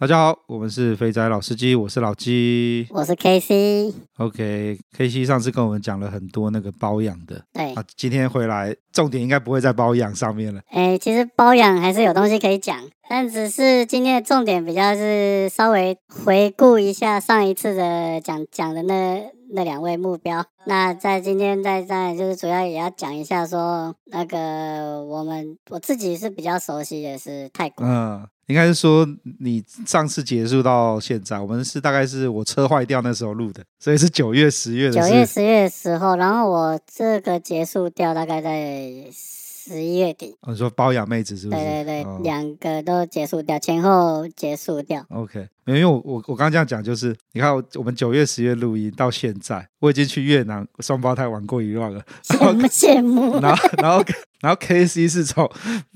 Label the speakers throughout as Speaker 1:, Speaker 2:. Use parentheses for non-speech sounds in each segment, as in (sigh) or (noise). Speaker 1: 大家好，我们是肥仔老司机，我是老鸡。
Speaker 2: 我是 KC，
Speaker 1: OK，K C 上次跟我们讲了很多那个包养的
Speaker 2: 对，
Speaker 1: 啊，今天回来重点应该不会在包养上面了。
Speaker 2: 哎、其实包养还是有东西可以讲，但只是今天的重点比较是稍微回顾一下上一次的讲讲的那那两位目标。那在今天在在就是主要也要讲一下说那个我们我自己是比较熟悉的是泰国，
Speaker 1: 嗯，应该是说你上次结束到现在，我们是大概是我车坏掉那时候录的，所以是九月、十月的
Speaker 2: 九
Speaker 1: 事。
Speaker 2: 月十月的时候，然后我这个结束掉大概在十一月底，
Speaker 1: 哦，你说包养妹子是不是？
Speaker 2: 对对对
Speaker 1: 哦，
Speaker 2: 两个都结束掉，前后结束掉。
Speaker 1: OK，没有因为我我我刚刚这样讲就是，你看我我们九月十月录音到现在，我已经去越南双胞胎玩过一 round 了，然
Speaker 2: 羡
Speaker 1: 后
Speaker 2: 慕 (laughs) 羡
Speaker 1: (laughs)
Speaker 2: 慕，
Speaker 1: 然后然后然后 KC 是从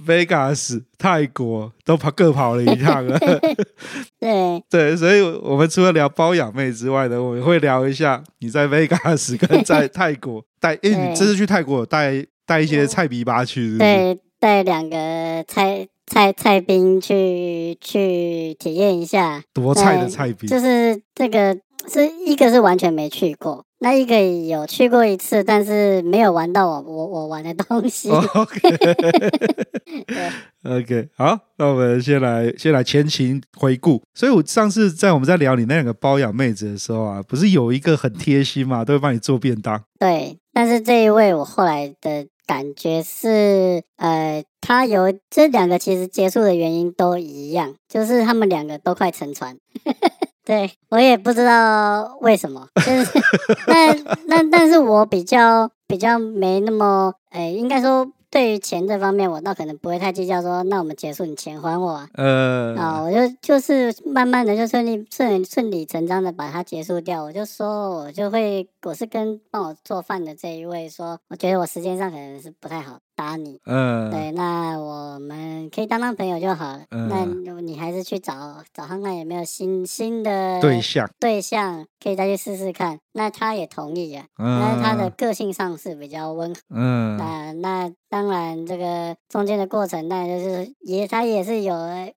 Speaker 1: Vegas 泰国都跑各跑了一趟
Speaker 2: (laughs)
Speaker 1: 了，
Speaker 2: 对，
Speaker 1: 对，所以我们除了聊包养妹之外呢，我们会聊一下你在 Vegas
Speaker 2: (laughs)
Speaker 1: 跟在泰国带，因为你
Speaker 2: 对
Speaker 1: 这次去泰国有带带一些菜逼吧去，是不是？
Speaker 2: 对，带两个菜菜菜兵去去体验一下，
Speaker 1: 多菜的
Speaker 2: 对
Speaker 1: 菜逼，
Speaker 2: 就是这个是一个是完全没去过，那一个有去过一次，但是没有玩到我我我玩的东 (laughs) 西。
Speaker 1: 哦 (laughs)
Speaker 2: (laughs)
Speaker 1: OK，好，那我们先来先来前情回顾。所以我上次在我们在聊你那两个包养妹子的时候啊，不是有一个很贴心嘛，都会帮你做便当。
Speaker 2: 对，但是这一位我后来的感觉是，呃，他有这两个其实结束的原因都一样，就是他们两个都快沉船。 (laughs) 对我也不知道为什么，就是但但但是我比较比较没那么，呃，应该说对于钱这方面，我倒可能不会太计较说那我们结束你钱还我啊，
Speaker 1: 呃，
Speaker 2: 啊、我就就是慢慢的就顺利顺顺理成章的把它结束掉。我就说，我就会我是跟帮我做饭的这一位说，我觉得我时间上可能是不太好搭你。
Speaker 1: 呃，
Speaker 2: 对，那我们可以当当朋友就好了。那
Speaker 1: 嗯
Speaker 2: 你还是去找找看看有没有新新的
Speaker 1: 对象，
Speaker 2: 对象，可以再去试试看。那他也同意了，但
Speaker 1: 嗯，
Speaker 2: 是他的，个性上是比较温和。 (laughs)
Speaker 1: 嗯，
Speaker 2: 那那当然，这个中间的过程，那就是也他也是有，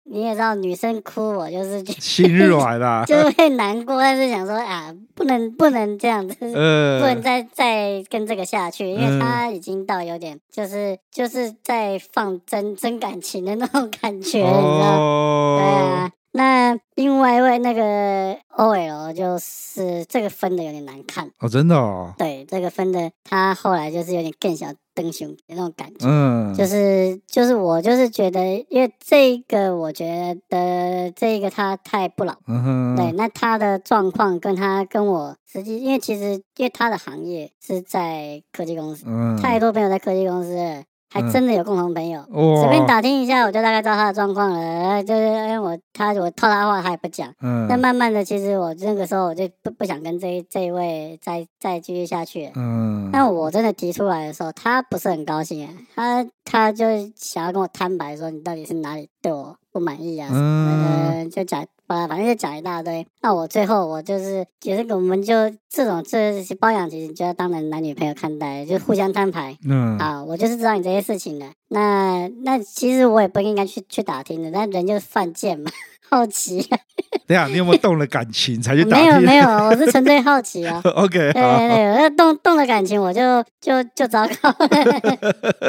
Speaker 2: 你也知道，女生哭我就
Speaker 1: (laughs)
Speaker 2: 是就，
Speaker 1: 心软啊啦
Speaker 2: (laughs) 就是会难过，但是想说啊，不能不能这样子，不能
Speaker 1: 呃，嗯
Speaker 2: 再再跟这个下去，因为他已经到有点就是就是在放真真感情的那种感觉，你知道吗？对
Speaker 1: 哦，
Speaker 2: 啊。那另外一位那个 OL 就是这个分的有点难看，
Speaker 1: 哦，真的哦，
Speaker 2: 对，这个分的他后来就是有点更小灯熊的那种感觉。
Speaker 1: 嗯，
Speaker 2: 就是就是我就是觉得，因为这个我觉得这个他太不老，
Speaker 1: 嗯哼，
Speaker 2: 对，那他的状况跟他跟我实际，因为其实因为他的行业是在科技公司，
Speaker 1: 嗯，
Speaker 2: 太多朋友在科技公司了，还
Speaker 1: 嗯
Speaker 2: 真的有共同朋友。
Speaker 1: 哇，
Speaker 2: 随便打听一下，我就大概知道他的状况了。呃就是因为我他我套他话，他也不讲。
Speaker 1: 嗯，
Speaker 2: 那慢慢的，其实我那个时候我就不不想跟这一这一位再再继续下去了。
Speaker 1: 嗯，
Speaker 2: 那我真的提出来的时候，他不是很高兴啊，他他就想要跟我摊牌说你到底是哪里对我不满意
Speaker 1: 嗯
Speaker 2: 啊什么的，就讲反反正就讲一大堆。那我最后我就是也是我们就这种这些包养，其实就要当成男女朋友看待，就互相摊牌。
Speaker 1: 嗯，
Speaker 2: 啊，我就是知道你这些事情的。 (laughs) 那那其实我也不应该去去打听的，但人就是犯贱嘛，好奇啊、
Speaker 1: 等一下你有没有动了感情才去打
Speaker 2: (laughs) 没有
Speaker 1: 听？(laughs)
Speaker 2: 没有，我是纯粹好奇啊。
Speaker 1: OK，
Speaker 2: (laughs) 对
Speaker 1: 好
Speaker 2: 对对，我那动动了感情，我就就就糟糕 (laughs) 了。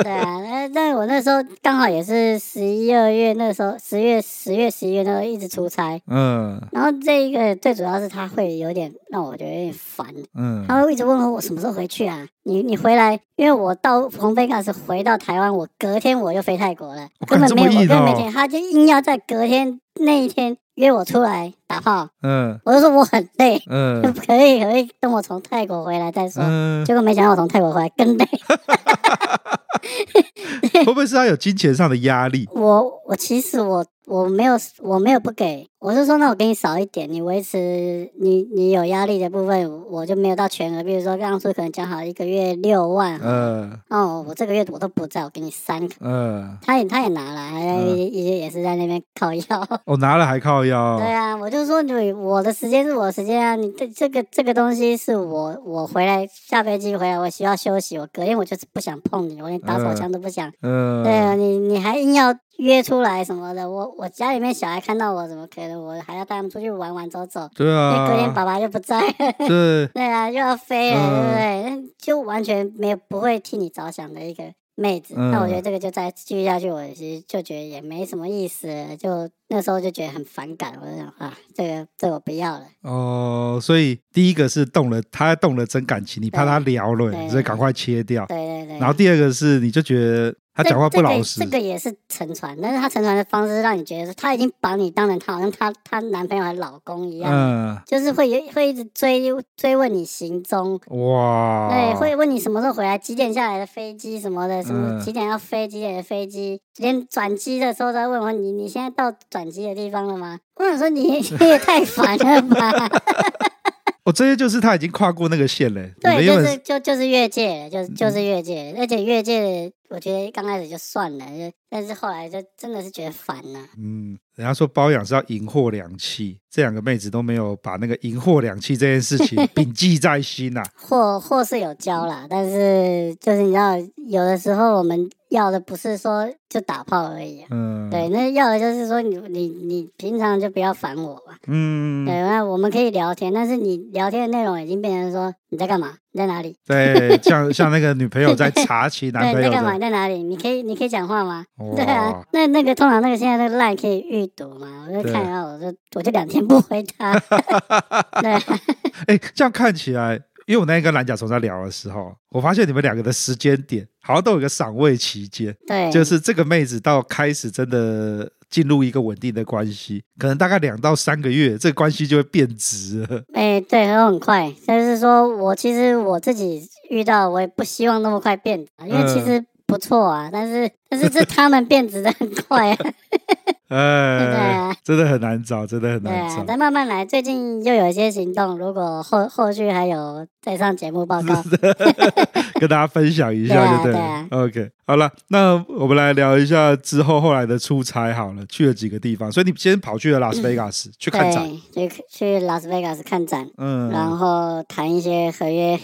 Speaker 2: 对啊，那但我那时候刚好也是十一二月，那时候十月、十月、十一月那时候一直出差，
Speaker 1: 嗯
Speaker 2: 然后这一个最主要是他会有点让我觉得有点烦，
Speaker 1: 嗯
Speaker 2: 他会一直问我我什么时候回去啊？你你回来，因为我到蓬佩卡是回到台湾，我隔天我就飞泰国了，
Speaker 1: 我
Speaker 2: 根
Speaker 1: 看
Speaker 2: 本没有，
Speaker 1: 这么
Speaker 2: 我
Speaker 1: 硬
Speaker 2: 根
Speaker 1: 哦
Speaker 2: 本没听，他就硬要在隔天那一天约我出来打炮，
Speaker 1: 嗯
Speaker 2: 我就说我很累， (laughs)
Speaker 1: 嗯
Speaker 2: 可以可以等我从泰国回来再说。
Speaker 1: 嗯，
Speaker 2: (laughs) 结果没想到我从泰国回来更累， (laughs)
Speaker 1: 会不会是他有金钱上的压
Speaker 2: (laughs)
Speaker 1: 力？
Speaker 2: 我我其实我我没有我没有不给，我是说那我给你少一点，你维持你你有压力的部分，我就没有到全额。比如说当初可能讲好一个月六万，
Speaker 1: 呃
Speaker 2: 哦，我这个月我都不在，我给你三个，
Speaker 1: 呃，
Speaker 2: 他也他也拿了，还
Speaker 1: 嗯哦
Speaker 2: 也也也是在那边靠腰。
Speaker 1: 我拿了还靠腰，
Speaker 2: (laughs) 对啊，我就说你我的时间是我的时间啊，你这这个这个东西是我我回来下飞机回来我需要休息，我隔天我就是不想碰你，我连打手
Speaker 1: 嗯
Speaker 2: 枪都不想。对啊，
Speaker 1: 呃，
Speaker 2: 你你还硬要约出来什么的，我我家里面小孩看到我怎么可能？我还要带他们出去玩玩走走，
Speaker 1: 对
Speaker 2: 因为隔天
Speaker 1: 啊，
Speaker 2: 爸爸就不在，
Speaker 1: 对，
Speaker 2: (laughs) 对啊，又要飞了，
Speaker 1: 嗯
Speaker 2: 对不对？就完全没有不会替你着想的一个妹子。
Speaker 1: 嗯
Speaker 2: 那我觉得这个就再继续下去，我其实就觉得也没什么意思了，就那时候就觉得很反感，我就想啊，这个这个我不要了。
Speaker 1: 哦，所以第一个是动了，他动了真感情，你怕他聊了，
Speaker 2: 对
Speaker 1: 所以赶快切掉。
Speaker 2: 对对对。
Speaker 1: 然后第二个是，你就觉得他
Speaker 2: 这
Speaker 1: 讲话不老
Speaker 2: 这
Speaker 1: 实
Speaker 2: 个，这个也是沉船，但是他沉船的方式让你觉得说他已经把你当成他好像他他男朋友还是老公一样，
Speaker 1: 嗯，
Speaker 2: 就是会有会一直追追问你行踪，
Speaker 1: 哇，
Speaker 2: 对，会问你什么时候回来，几点下来的飞机什么的，什么
Speaker 1: 哦嗯
Speaker 2: 几点要飞，几点的飞机，连转机的时候都在问我你你现在到转机的地方了吗？ (laughs) 我想说你你也太烦了吧，
Speaker 1: 哦，这些就是他已经跨过那个线了。 (laughs) 你们
Speaker 2: 对，
Speaker 1: 原
Speaker 2: 就
Speaker 1: 本
Speaker 2: 是就就是越界了，
Speaker 1: 嗯
Speaker 2: 就是就是越界了，而且越界我觉得刚开始就算了，就但是后来就真的是觉得烦了、
Speaker 1: 嗯，人家说包养是要赢货两气，这两个妹子都没有把那个赢货两气这件事情 (laughs)
Speaker 2: (laughs)
Speaker 1: 铭记在心呐、
Speaker 2: 货货是有交啦，但是就是你知道，有的时候我们要的不是说就打炮而已啊、
Speaker 1: 嗯，
Speaker 2: 对，那要的就是说你你你平常就不要烦我嘛。
Speaker 1: 嗯，
Speaker 2: 对，那我们可以聊天，但是你聊天的内容已经变成说你在干嘛，你在哪里，
Speaker 1: 对，像像那个女朋友在查其男
Speaker 2: (laughs)
Speaker 1: 朋
Speaker 2: 对，你在
Speaker 1: 友
Speaker 2: 干嘛，
Speaker 1: 的
Speaker 2: 你，在哪里，你可以你可以讲话吗？ (laughs) 对啊
Speaker 1: 哇，，
Speaker 2: 那那个通常那个现在那个 line 可以预读嘛，我就
Speaker 1: 对
Speaker 2: 看到我就我就两天不回他，
Speaker 1: (laughs)
Speaker 2: 对啊，
Speaker 1: 哎，这样看起来，因为我那天跟蓝甲虫在聊的时候，我发现你们两个的时间点好像都有个赏味期间，
Speaker 2: 对，
Speaker 1: 就是这个妹子到开始真的。进入一个稳定的关系，可能大概两到三个月，这个关系就会变质了。
Speaker 2: 哎、对，很很快。但是说我其实我自己遇到，我也不希望那么快变质啊，因为其
Speaker 1: 嗯
Speaker 2: 实不错啊，但是但是这他们变质的很快啊，对
Speaker 1: 哎
Speaker 2: 啊，
Speaker 1: 真的很难找，真的很
Speaker 2: 对
Speaker 1: 难
Speaker 2: 啊
Speaker 1: 找，。
Speaker 2: 再慢慢来。最近又有一些行动，如果后后续还有再上节目
Speaker 1: (laughs)
Speaker 2: 报告，
Speaker 1: 跟大家分享一下就
Speaker 2: 对啊
Speaker 1: 了。OK，好了，那我们来聊一下之后后来的出差好了，去了几个地方，所以你先跑去了
Speaker 2: 嗯
Speaker 1: 拉斯维加斯去看展，
Speaker 2: 对，去去拉斯维加斯看展，然
Speaker 1: 嗯，
Speaker 2: 后谈一些合约。
Speaker 1: 哦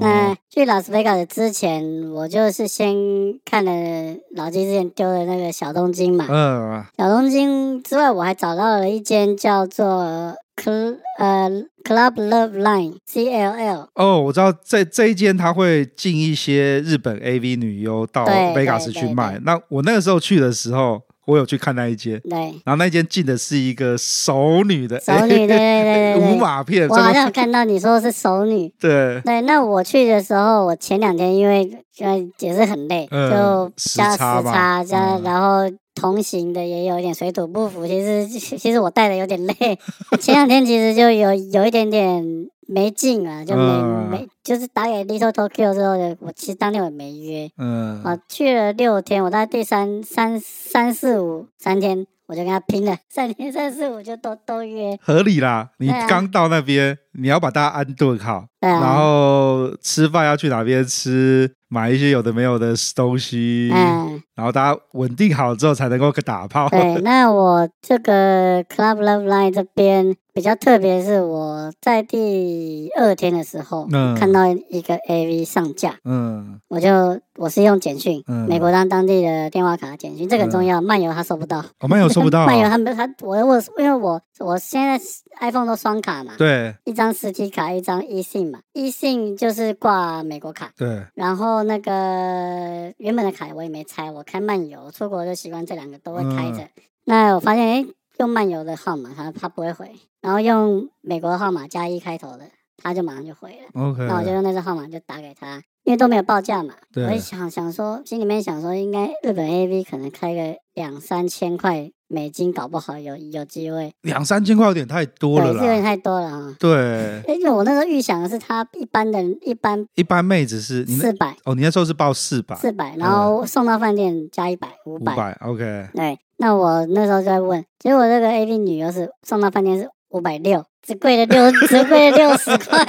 Speaker 2: 那去拉斯维加斯之前，我就是先看了老纪之前丢的那个小东京嘛，
Speaker 1: 嗯，
Speaker 2: 小东京之外，我还找到了一间叫做 Cl 呃 Club Love Line C L L，
Speaker 1: 哦，我知道这这一间他会进一些日本 AV 女优到
Speaker 2: 对
Speaker 1: 维加斯
Speaker 2: 对
Speaker 1: 去
Speaker 2: 对
Speaker 1: 卖。那我那个时候去的时候，我有去看那一间，
Speaker 2: 对，
Speaker 1: 然后那一间进的是一个熟女的
Speaker 2: 熟女，对对对
Speaker 1: (laughs)
Speaker 2: 对
Speaker 1: 无
Speaker 2: 对。
Speaker 1: 码片，
Speaker 2: 我
Speaker 1: 真
Speaker 2: 好像
Speaker 1: 的
Speaker 2: 有看到你说是熟女，
Speaker 1: 对，
Speaker 2: 对。那我去的时候，我前两天因为呃也是很累，
Speaker 1: 嗯
Speaker 2: 就
Speaker 1: 时
Speaker 2: 加时
Speaker 1: 差嘛
Speaker 2: 差加，
Speaker 1: 嗯
Speaker 2: 然后同行的也有一点水土不服。其实其实我带的有点累， (laughs) 前两天其实就有有一点点没劲啊，就没、
Speaker 1: 嗯
Speaker 2: 没就是打给 Little Tokyo 之后的，我其实当天我没约，
Speaker 1: 嗯，
Speaker 2: 啊，去了六天，我大概第三三三四五三天，我就跟他拼了，三天三四五就都都约，
Speaker 1: 合理啦。你
Speaker 2: 对啊
Speaker 1: 刚到那边，你要把大家安顿好，
Speaker 2: 对啊
Speaker 1: 然后后吃饭要去哪边吃，买一些有的没有的东西，
Speaker 2: 嗯，
Speaker 1: 然后大家稳定好之后才能够打炮。
Speaker 2: 对，那我这个 Club Love Line 这边比较特别，是我在第二天的时候、
Speaker 1: 嗯
Speaker 2: 看到一个 AV 上架，
Speaker 1: 嗯
Speaker 2: 我就我是用简讯，
Speaker 1: 嗯
Speaker 2: 美国当当地的电话卡简讯，这个很重要，漫游他收不到，
Speaker 1: 哦，漫游收不
Speaker 2: (laughs)
Speaker 1: 到、
Speaker 2: 漫游
Speaker 1: 啊，
Speaker 2: 他没他我我因为我我现在 iPhone 都双卡嘛，
Speaker 1: 对
Speaker 2: 一张实体卡，一张 e 信嘛，e 信就是挂美国卡。
Speaker 1: 对，
Speaker 2: 然后那个原本的卡我也没拆，我开漫游，出国就习惯这两个都会开着。
Speaker 1: 嗯
Speaker 2: 那我发现，哎，用漫游的号码它它不会回，然后用美国号码加一开头的，它就马上就回了。
Speaker 1: OK，
Speaker 2: 那我就用那只号码就打给他，因为都没有报价嘛。我
Speaker 1: 对
Speaker 2: 也想想说，心里面想说，应该日本 AV 可能开个两三千块美金，搞不好有有机会。
Speaker 1: 两三千块有点太多
Speaker 2: 对，
Speaker 1: 了
Speaker 2: 是有点
Speaker 1: 啦。
Speaker 2: 太多了啊。
Speaker 1: 对，
Speaker 2: 因为我那时候预想的是，他一般的一般
Speaker 1: 一般妹子是你那
Speaker 2: 四百，
Speaker 1: 哦，你那时候是报四百，嗯
Speaker 2: 四百，然后送到饭店加一百，五
Speaker 1: 五
Speaker 2: 百。
Speaker 1: 百，OK，
Speaker 2: 对，那我那时候就在问，结果这个 A B 女优是送到饭店是五百六，只贵了六，只贵了六十块。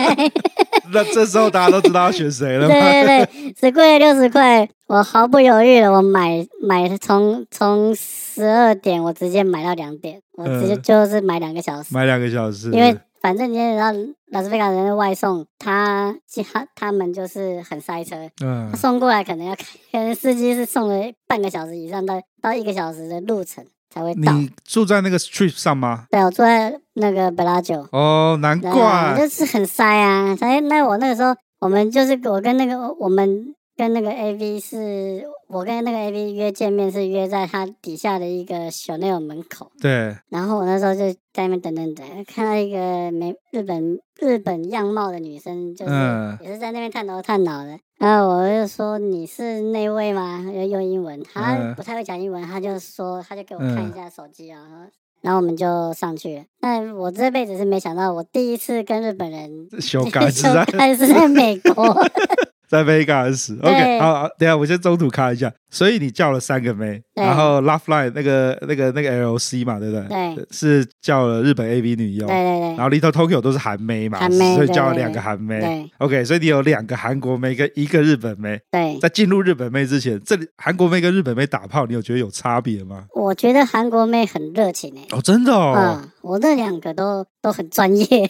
Speaker 1: 那这时候大家都知道要选谁了
Speaker 2: (laughs) 对
Speaker 1: 吗？
Speaker 2: 对对，只贵了六十块，我毫不犹豫的，我买买从从十二点我直接买到两点，我直接
Speaker 1: 嗯
Speaker 2: 就是买两个小时，
Speaker 1: 买两个小时，
Speaker 2: 因为。反正你也知道，拉斯维加斯人的外送，他他他们就是很塞车，
Speaker 1: 嗯
Speaker 2: 他送过来可能要开，可能司机是送了半个小时以上到到一个小时的路程才会到。
Speaker 1: 你住在那个 strip 上吗？
Speaker 2: 对，我坐在那个本拉酒，
Speaker 1: 哦，难
Speaker 2: 对啊
Speaker 1: 怪，
Speaker 2: 就是很塞啊。哎，那我那个时候，我们就是我跟那个我们跟那个 AV 是，我跟那个 AV 约见面是约在他底下的一个小内友门口。
Speaker 1: 对，
Speaker 2: (laughs) 然后我那时候就在那边等等等，看到一个美日本日本样貌的女生，就是、
Speaker 1: 嗯
Speaker 2: 也是在那边探头探脑的。然后我就说你是那位吗？就用英文，她
Speaker 1: 嗯
Speaker 2: 不太会讲英文，她就说她就给我
Speaker 1: 嗯
Speaker 2: 看一下手机啊，然后然后我们就上去了。那我这辈子是没想到，我第一次跟日
Speaker 1: (laughs)
Speaker 2: 本人
Speaker 1: 修改是
Speaker 2: (laughs)
Speaker 1: 在
Speaker 2: 还是在美
Speaker 1: (laughs)
Speaker 2: 国，
Speaker 1: 在 Vegas。
Speaker 2: 对
Speaker 1: OK，好，好等一下我先中途看一下。所以你叫了三个妹，
Speaker 2: 对
Speaker 1: 然后 Love Line 那个那个那个 LC 嘛，对不对？
Speaker 2: 对
Speaker 1: 是叫了日本 AV 女优
Speaker 2: 对，对
Speaker 1: 然后 Little Tokyo 都是韩妹嘛，
Speaker 2: 韩妹
Speaker 1: 所以
Speaker 2: 对
Speaker 1: 叫了
Speaker 2: 对
Speaker 1: 两个韩
Speaker 2: 对
Speaker 1: 妹。
Speaker 2: 对
Speaker 1: OK，所以你有两个韩国妹跟一个日本妹。
Speaker 2: 对。
Speaker 1: 在进入日本妹之前，这里韩国妹跟日本妹打炮，你有觉得有差别吗？
Speaker 2: 我觉得韩国妹很热情诶、
Speaker 1: 哦，真的哦，
Speaker 2: 嗯，我那两个都都很专业，